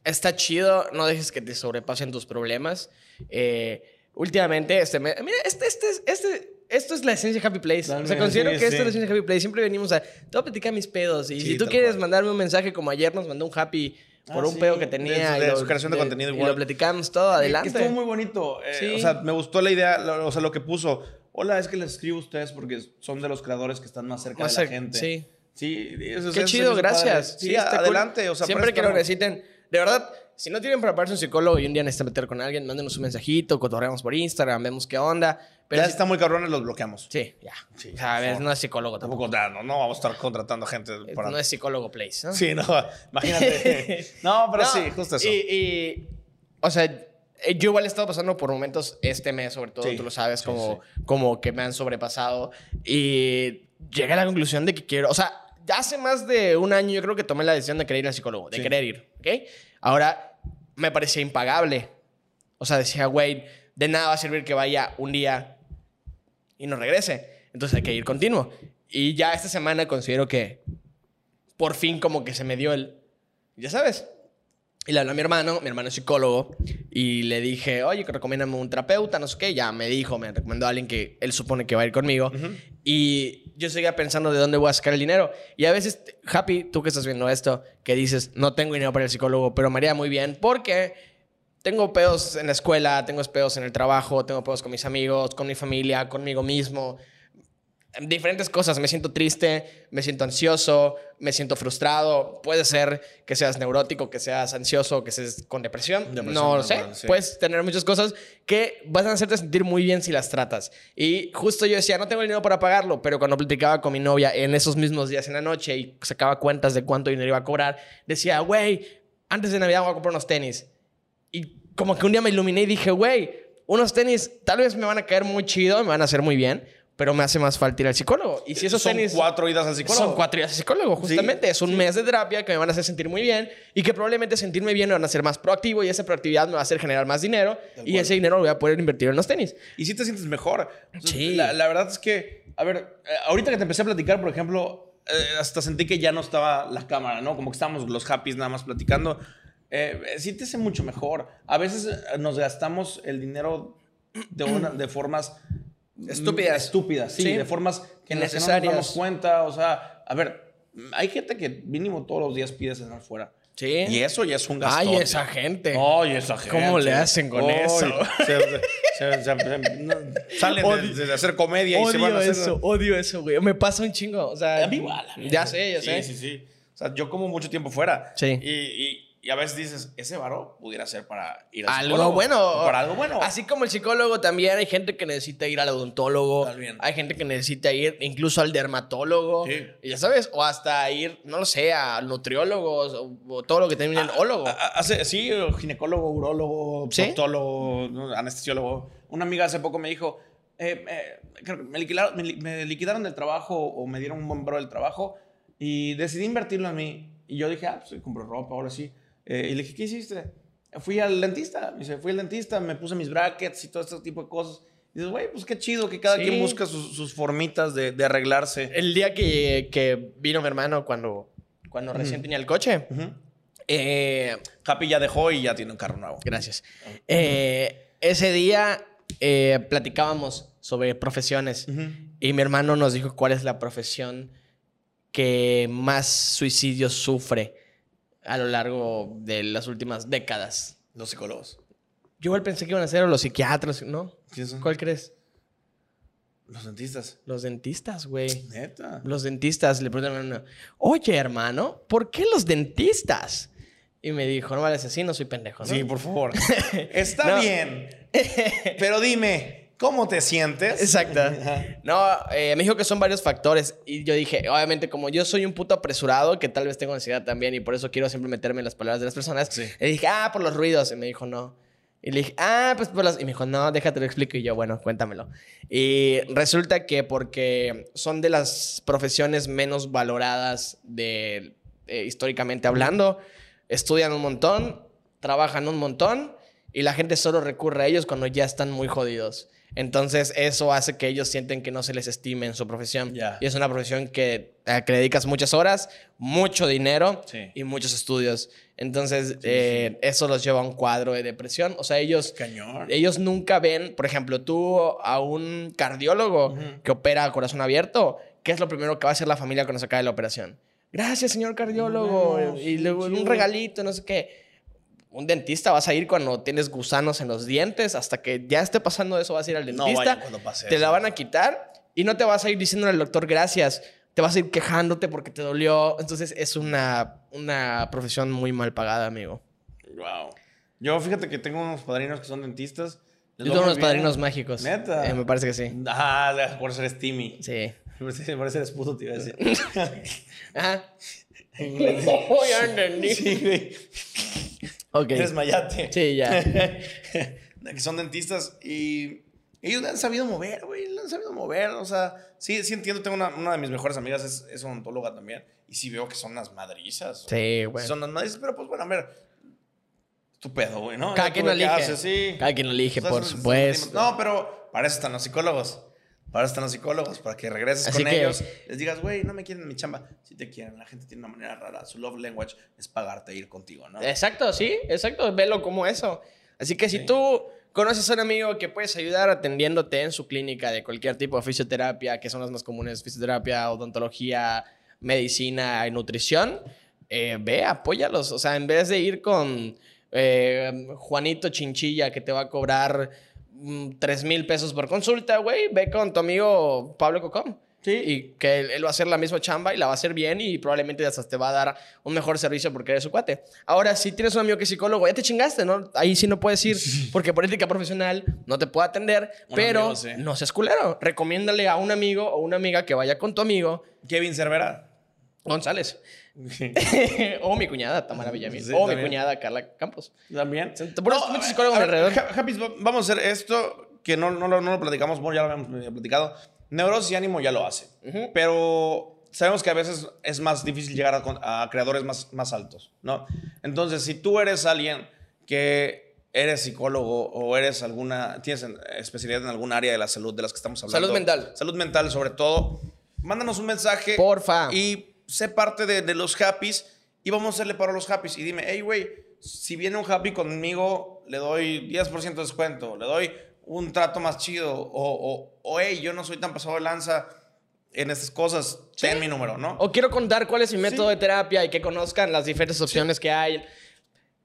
S2: está chido, no dejes que te sobrepasen tus problemas. Eh, últimamente, este, me- mira, este, este, este, esto es la esencia de Happy Place. o sea,
S3: Totalmente,
S2: considero
S3: sí,
S2: que esto
S3: sí.
S2: es la esencia de Happy Place. Siempre venimos a, te voy a platicar mis pedos. Y
S3: Sí,
S2: si tú
S3: tal
S2: quieres
S3: cual.
S2: mandarme un mensaje como ayer nos mandó un Happy por
S3: Ah,
S2: un
S3: sí,
S2: pedo que
S3: de
S2: tenía.
S3: su-
S2: y
S3: de
S2: lo-
S3: su creación de contenido
S2: y
S3: igual.
S2: lo platicamos todo,
S3: Que
S2: adelante.
S3: Estuvo muy bonito. eh,
S2: Sí.
S3: O sea, me gustó la idea, lo- o sea, lo que puso. Hola, es que les escribo a ustedes porque son de los creadores que están más cerca de
S2: Más
S3: la
S2: cerca,
S3: gente.
S2: sí.
S3: Sí, eso-
S2: Qué
S3: eso se me
S2: chido,
S3: hizo
S2: gracias.
S3: padre. Sí,
S2: está cool.
S3: adelante. O sea,
S2: siempre que lo
S3: préstamo.
S2: necesiten. De verdad, si no tienen para pagarse un psicólogo y un día necesitan meter con alguien, mándenos un mensajito, cotorreamos por Instagram, vemos qué onda. Pero
S3: ya
S2: si-
S3: está muy cabrones, los bloqueamos.
S2: Sí, ya.
S3: Sí,
S2: O sea, a
S3: por
S2: ver,
S3: favor.
S2: no es psicólogo tampoco.
S3: Tampoco, no, no vamos a estar contratando gente para.
S2: Eh, No es psicólogo place, ¿no?
S3: Sí, no, imagínate. no, pero
S2: No,
S3: sí, justo eso.
S2: Y, y, o sea, eh, yo igual he estado pasando por momentos este mes, sobre todo,
S3: Sí,
S2: tú lo sabes,
S3: sí,
S2: como, como que me han sobrepasado. Y llegué a la conclusión de que quiero, o sea, ya hace más de un año yo creo que tomé la decisión de querer ir al psicólogo, de
S3: Sí.
S2: querer ir, ¿ok? Ahora me parecía impagable. O sea, decía, güey, de nada va a servir que vaya un día y no regrese. Entonces hay que ir continuo. Y ya esta semana considero que por fin como que se me dio el, ya sabes. Y le hablé a mi hermano, mi hermano es psicólogo, y le dije, oye, que recomiéndame un terapeuta, no sé qué. Ya me dijo, me recomendó a alguien que él supone que va a ir conmigo. Y yo seguía pensando de dónde voy a sacar el dinero. Y a veces, Happy, tú que estás viendo esto, que dices, no tengo dinero para el psicólogo, pero me haría muy bien porque tengo pedos en la escuela, tengo pedos en el trabajo, tengo pedos con mis amigos, con mi familia, conmigo mismo. diferentes cosas. Me siento triste, me siento ansioso, me siento frustrado. Puede ser que seas neurótico, que seas ansioso, que seas con depresión.
S3: Depresión,
S2: no lo sé.
S3: normal, sí.
S2: Puedes tener muchas cosas que vas a hacerte sentir muy bien si las tratas. Y justo yo decía, no tengo el dinero para pagarlo, pero cuando platicaba con mi novia en esos mismos días en la noche y sacaba cuentas de cuánto dinero iba a cobrar, decía, güey, antes de Navidad voy a comprar unos tenis. Y como que un día me iluminé y dije, güey, unos tenis tal vez me van a caer muy chido, me van a hacer muy bien, pero me hace más falta ir al psicólogo. Y si esos
S3: son
S2: tenis...
S3: cuatro idas al psicólogo.
S2: Son cuatro días de psicólogo, justamente. es un mes de terapia que me van a hacer sentir muy bien y que probablemente sentirme bien me van a hacer más proactivo y esa proactividad me va a hacer generar más dinero y ese dinero lo voy a poder invertir en los tenis.
S3: Y si te sientes mejor. O sea,
S2: Sí.
S3: La, la verdad es que, a ver, eh, ahorita que te empecé a platicar, por ejemplo, eh, hasta sentí que ya no estaba la cámara, ¿no? Como que estábamos los happys nada más platicando. Eh, eh, sí te hace mucho mejor. A veces eh, nos gastamos el dinero de, una- de formas...
S2: Estúpidas.
S3: Estúpidas, sí,
S2: Sí.
S3: De formas que, en las que no nos
S2: Innecesarias.
S3: damos cuenta. O sea, a ver, hay gente que mínimo todos los días pide cenar fuera.
S2: Sí.
S3: Y eso ya es un gasto.
S2: Ay, esa gente.
S3: Ay, esa gente.
S2: ¿Cómo le hacen con
S3: Ay,
S2: eso?
S3: se- se- se- se- no, salen
S2: Odio-
S3: de, de hacer comedia y se
S2: Odio
S3: van a hacer.
S2: eso, odio eso, güey. Me pasa un chingo. O sea,
S3: A mí igual, a mí
S2: Ya
S3: igual.
S2: sé, ya
S3: Sí,
S2: sé.
S3: Sí, sí. O sea, yo como mucho tiempo fuera.
S2: Sí.
S3: Y, y- y a veces dices, ese varo pudiera ser para ir al
S2: Algo
S3: psicólogo,
S2: bueno.
S3: o Para algo bueno.
S2: Así como el psicólogo, también hay gente que necesita ir al odontólogo.
S3: También.
S2: Hay gente que necesita ir incluso al dermatólogo.
S3: Sí.
S2: Ya sabes, o hasta ir, no lo sé, a nutriólogos o, o todo lo que termina
S3: Ah,
S2: en ólogo.
S3: A- a- hace- sí, o ginecólogo, urólogo,
S2: ¿Sí?
S3: proctólogo, ¿no? anestesiólogo. Una amiga hace poco me dijo, eh, eh, creo que me, liquidaron, me, li- me liquidaron del trabajo o me dieron un buen bro del trabajo y decidí invertirlo en mí. Y yo dije, ah, pues compro ropa, ahora sí. Eh, y le dije, ¿qué hiciste? Fui al dentista. Me dice, fui al dentista, me puse mis brackets y todo este tipo de cosas. Y dices, güey, pues qué chido que cada
S2: Sí. Eh.
S3: quien busca sus, sus formitas de, de arreglarse.
S2: El día que, que vino mi hermano cuando, cuando recién tenía el coche,
S3: Ujú.
S2: eh,
S3: Happy ya dejó y ya tiene un carro nuevo.
S2: Gracias.
S3: Ah.
S2: Eh, ese día eh, platicábamos sobre profesiones y mi hermano nos dijo cuál es la profesión que más suicidios sufre a lo largo de las últimas décadas.
S3: Los psicólogos.
S2: Yo igual pensé que iban a ser los psiquiatras, ¿no?
S3: ¿Quiénes son?
S2: ¿Cuál crees?
S3: Los dentistas.
S2: Los dentistas, güey.
S3: Neta.
S2: Los dentistas le preguntaron a mi hermano, oye hermano, ¿por qué los dentistas? Y me dijo, no vales así, no soy pendejo. ¿no?".
S3: Sí, por favor. Está
S2: No.
S3: bien. Pero dime, ¿cómo te sientes?
S2: Exacto. No, eh, me dijo que son varios factores. Y yo dije, obviamente, como yo soy un puto apresurado, que tal vez tengo ansiedad también y por eso quiero siempre meterme en las palabras de las personas. Le dije, ah, por los ruidos. Y me dijo, no. Y le dije, ah, pues por las. Y me dijo, no, déjate lo explico. Y yo, bueno, cuéntamelo. Y resulta que porque son de las profesiones menos valoradas de, eh, históricamente hablando, estudian un montón, trabajan un montón y la gente solo recurre a ellos cuando ya están muy jodidos. Entonces eso hace que ellos sienten que no se les estime en su profesión.
S3: Ya.
S2: Y es una profesión que, a que le dedicas muchas horas, mucho dinero
S3: Sí.
S2: y muchos estudios. Entonces eh, eso los lleva a un cuadro de depresión. O sea, ellos...
S3: Cañón.
S2: Ellos nunca ven, por ejemplo, tú a un cardiólogo que opera a corazón abierto, ¿qué es lo primero que va a hacer la familia cuando se acabe la operación? Gracias, señor cardiólogo. y luego un regalito, no sé qué. Un dentista vas a ir cuando tienes gusanos en los dientes, hasta que ya esté pasando eso, vas a ir al
S3: No
S2: dentista.
S3: vaya cuando pase
S2: te la
S3: eso.
S2: van a quitar y no te vas a ir diciéndole al doctor gracias. Te vas a ir quejándote porque te dolió. Entonces es una, una profesión muy mal pagada, amigo.
S3: Wow. Yo fíjate que tengo unos padrinos que son dentistas. Les
S2: Yo
S3: va
S2: tengo
S3: muy
S2: unos padrinos
S3: bien.
S2: mágicos.
S3: Neta.
S2: Eh, me parece que sí.
S3: Ah, por ser eres Timmy.
S2: Sí.
S3: Por ser por ser puto, te iba a decir.
S2: Ajá. ya entendí.
S3: sí, güey.
S2: Ok.
S3: Desmayate.
S2: Sí, ya.
S3: que son dentistas y ellos le han sabido mover, güey, le han sabido mover, o sea, sí, sí entiendo, tengo una, una de mis mejores amigas es, es odontóloga también y sí veo que son las madrizas.
S2: Sí, güey.
S3: Son las madrizas, pero pues bueno, a ver, tu pedo, güey, ¿no?
S2: Cada
S3: Ya
S2: quien
S3: tú
S2: lo
S3: ve qué
S2: elige.
S3: haces, sí.
S2: Cada quien lo elige,
S3: O sea,
S2: por
S3: son- son
S2: supuesto.
S3: últimas- No, pero para eso están los psicólogos. Para eso están los psicólogos, para que regreses
S2: Así
S3: con
S2: que-
S3: ellos, les digas, güey, no me quieren en mi chamba. Si te quieren, la gente tiene una manera rara. Su love language es pagarte ir contigo, ¿no?
S2: Exacto, sí, exacto. Velo como eso. Así que si tú conoces a un amigo que puedes ayudar atendiéndote en su clínica de cualquier tipo de fisioterapia, que son las más comunes, fisioterapia, odontología, medicina y nutrición, eh, ve, apóyalos. O sea, en vez de ir con eh, Juanito Chinchilla que te va a mm, cobrar 3 mil pesos por consulta, güey, ve con tu amigo Pablo Cocom. Sí. Y que él, él va a hacer la misma chamba y la va a hacer bien y probablemente hasta te va a dar un mejor servicio porque eres su cuate. Ahora, si tienes un amigo que es psicólogo, ya te chingaste, ¿no? Ahí sí no puedes ir porque por ética profesional no te puede atender,
S3: Un
S2: pero
S3: amigo, sí.
S2: no seas culero. Recomiéndale a un amigo o una amiga que vaya con tu amigo
S3: Kevin Cervera.
S2: González. o mi cuñada Tamara Villamil.
S3: Sí,
S2: o mi
S3: también.
S2: cuñada Carla Campos.
S3: También.
S2: puros- muchos psicólogos alrededor.
S3: vamos a hacer esto, que no, no, lo, no lo platicamos, bueno, ya lo habíamos medio platicado. Neurosis y ánimo ya lo hace. Pero sabemos que a veces es más difícil llegar a, con- a creadores más, más altos, ¿no? Entonces, si tú eres alguien que eres psicólogo o eres alguna, tienes en- especialidad en algún área de la salud de las que estamos hablando.
S2: Salud mental.
S3: Salud mental, sobre todo. Mándanos un mensaje.
S2: Porfa.
S3: Y sé parte de, de los happies y vamos a hacerle paro a los happies. Y dime, hey, güey, si viene un happy conmigo, le doy 10% de descuento, le doy un trato más chido. O, o, hey, yo no soy tan pasado de lanza en estas cosas, ten mi número, ¿no?
S2: O quiero contar cuál es mi método de terapia y que conozcan las diferentes opciones que hay.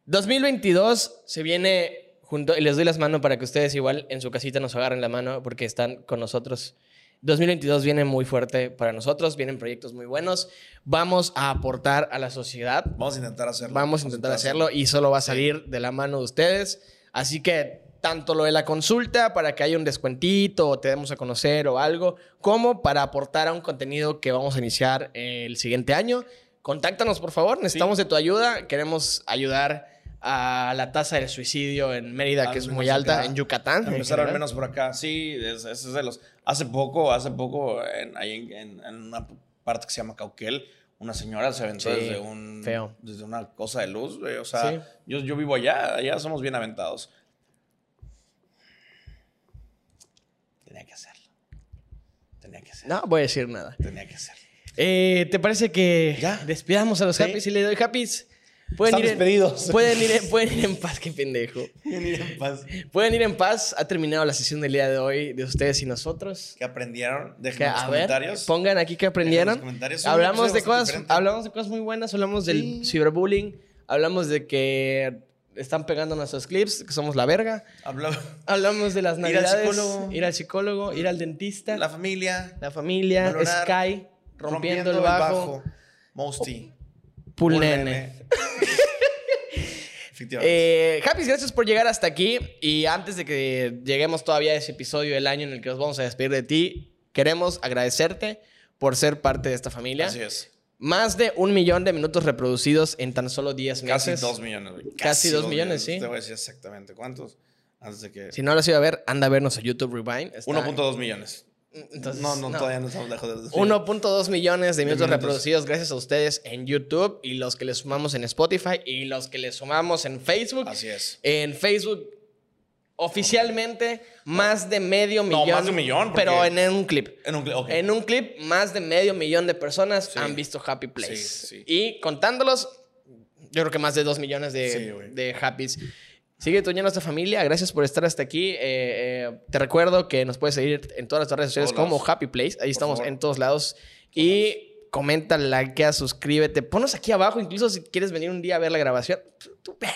S2: 2022 se viene junto y les doy las manos para que ustedes igual en su casita nos agarren la mano porque están con nosotros. 2022 viene muy fuerte para nosotros, vienen proyectos muy buenos. Vamos a aportar a la sociedad,
S3: Vamos a intentar hacerlo.
S2: vamos a intentar hacerlo y solo va a salir de la mano de ustedes. Así que tanto lo de la consulta para que haya un descuentito o te demos a conocer o algo, como para aportar a un contenido que vamos a iniciar el siguiente año. Contáctanos, por favor, necesitamos de tu ayuda. Queremos ayudar a la tasa del suicidio en Mérida,
S3: Al
S2: que es
S3: menos
S2: muy alta,
S3: acá.
S2: en Yucatán. en
S3: Empezar al
S2: general.
S3: menos por acá. Sí, es, es de los. Hace poco, hace poco, en, ahí en, en- en una parte que se llama Cauquel, una señora se aventó
S2: Sí,
S3: desde un.
S2: feo.
S3: Desde una cosa de luz, güey. O sea,
S2: Sí.
S3: yo, yo vivo allá, allá somos bien aventados. Tenía que hacerlo. Tenía que hacerlo.
S2: No voy a decir nada.
S3: Tenía que hacerlo.
S2: Eh, ¿Te parece que
S3: Ya.
S2: despidamos a los
S3: Sí.
S2: Happys y le doy Happys? Pueden
S3: Están
S2: ir en-
S3: despedidos.
S2: Pueden ir, en- pueden ir en paz, qué pendejo.
S3: Venir en paz.
S2: Pueden ir en paz. Ha terminado la sesión del día de hoy de ustedes y nosotros.
S3: ¿Qué aprendieron?
S2: Que,
S3: Dejen en los
S2: a ver,
S3: comentarios.
S2: pongan aquí
S3: Dejen
S2: que
S3: en
S2: aprendieron.
S3: los comentarios.
S2: Hablamos
S3: Es un
S2: de
S3: episodio
S2: cosas,
S3: bastante
S2: hablamos de cosas muy buenas. Hablamos del ciberbullying. Hablamos de que están pegando nuestros clips, que somos la verga.
S3: Habló
S2: Hablamos de las
S3: Ir al
S2: navidades, ir
S3: psicólogo.
S2: al psicólogo, ir al, dentista,
S3: la
S2: la,
S3: familia.
S2: familia,
S3: valorar,
S2: Sky, rompiendo, el bajo,
S3: Mosty.
S2: Pool
S3: Un
S2: Nene.
S3: nene. Efectivamente.
S2: Eh, Happy, gracias por llegar hasta aquí. Y antes de que lleguemos todavía a ese episodio del año en el que nos vamos a despedir de ti, queremos agradecerte por ser parte de esta familia.
S3: Así es.
S2: Más de un millón de minutos reproducidos en tan solo 10 meses.
S3: Casi dos millones, güey. Casi,
S2: dos
S3: dos
S2: millones, sí.
S3: Te voy a decir exactamente cuántos. Antes de que.
S2: Si no lo has ido a ver, anda a vernos a YouTube Rewind. Está-
S3: 1.2 millones.
S2: Entonces,
S3: no, no,
S2: no.
S3: todavía no estamos lejos de los
S2: 1.2 millones de minutos
S3: minutos.
S2: reproducidos gracias a ustedes en YouTube y los que le sumamos en Spotify y los que le sumamos en Facebook.
S3: Así es.
S2: En Facebook, oficialmente, más de medio millón.
S3: más de un millón, porque-
S2: Pero en un clip.
S3: En un, cli- ok.
S2: En un clip, más de medio millón de personas
S3: Sí.
S2: han visto Happy Place.
S3: Sí, sí.
S2: Y contándolos, yo creo que más de dos millones de,
S3: Sí, güey.
S2: de Happys. Sigue tuñando a esta familia. Gracias por estar hasta aquí. Eh, eh, te recuerdo que nos puedes seguir en todas las redes sociales
S3: Todas.
S2: como Happy Place. Ahí estamos
S3: favor.
S2: en todos lados. Y comenta, likea, suscríbete. Ponos aquí abajo, incluso si quieres venir un día a ver la grabación. Tú, tú ve.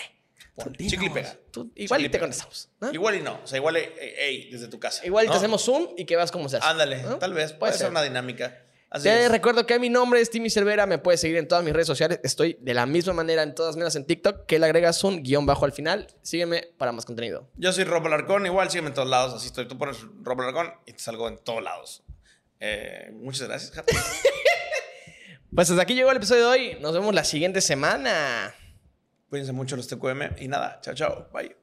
S3: Ponle.
S2: Tú dinos.
S3: Chicle y pega.
S2: Tú-
S3: Chicle
S2: igual y
S3: y
S2: te
S3: pega.
S2: contestamos. ¿no?
S3: Igual y no. O sea, igual, eh, eh, hey, desde tu casa.
S2: Igual y
S3: ¿no?
S2: te hacemos Zoom y que vas como se hace.
S3: Ándale,
S2: ¿no?
S3: tal vez. Puede, ser. una dinámica. Así
S2: Te
S3: es.
S2: recuerdo que mi nombre es Timmy Cervera. Me puedes seguir en todas mis redes sociales. Estoy de la misma manera en todas menos en TikTok, que le agregas un guión bajo al final. Sígueme para más contenido.
S3: Yo soy Rob Alarcón, igual sígueme en todos lados, así estoy. Tú pones Rob Alarcón y te salgo en todos lados. Eh, muchas gracias, Happy.
S2: Pues hasta aquí llegó el episodio de hoy. Nos vemos la siguiente semana.
S3: Cuídense mucho los TQM y nada, chao, chao, bye.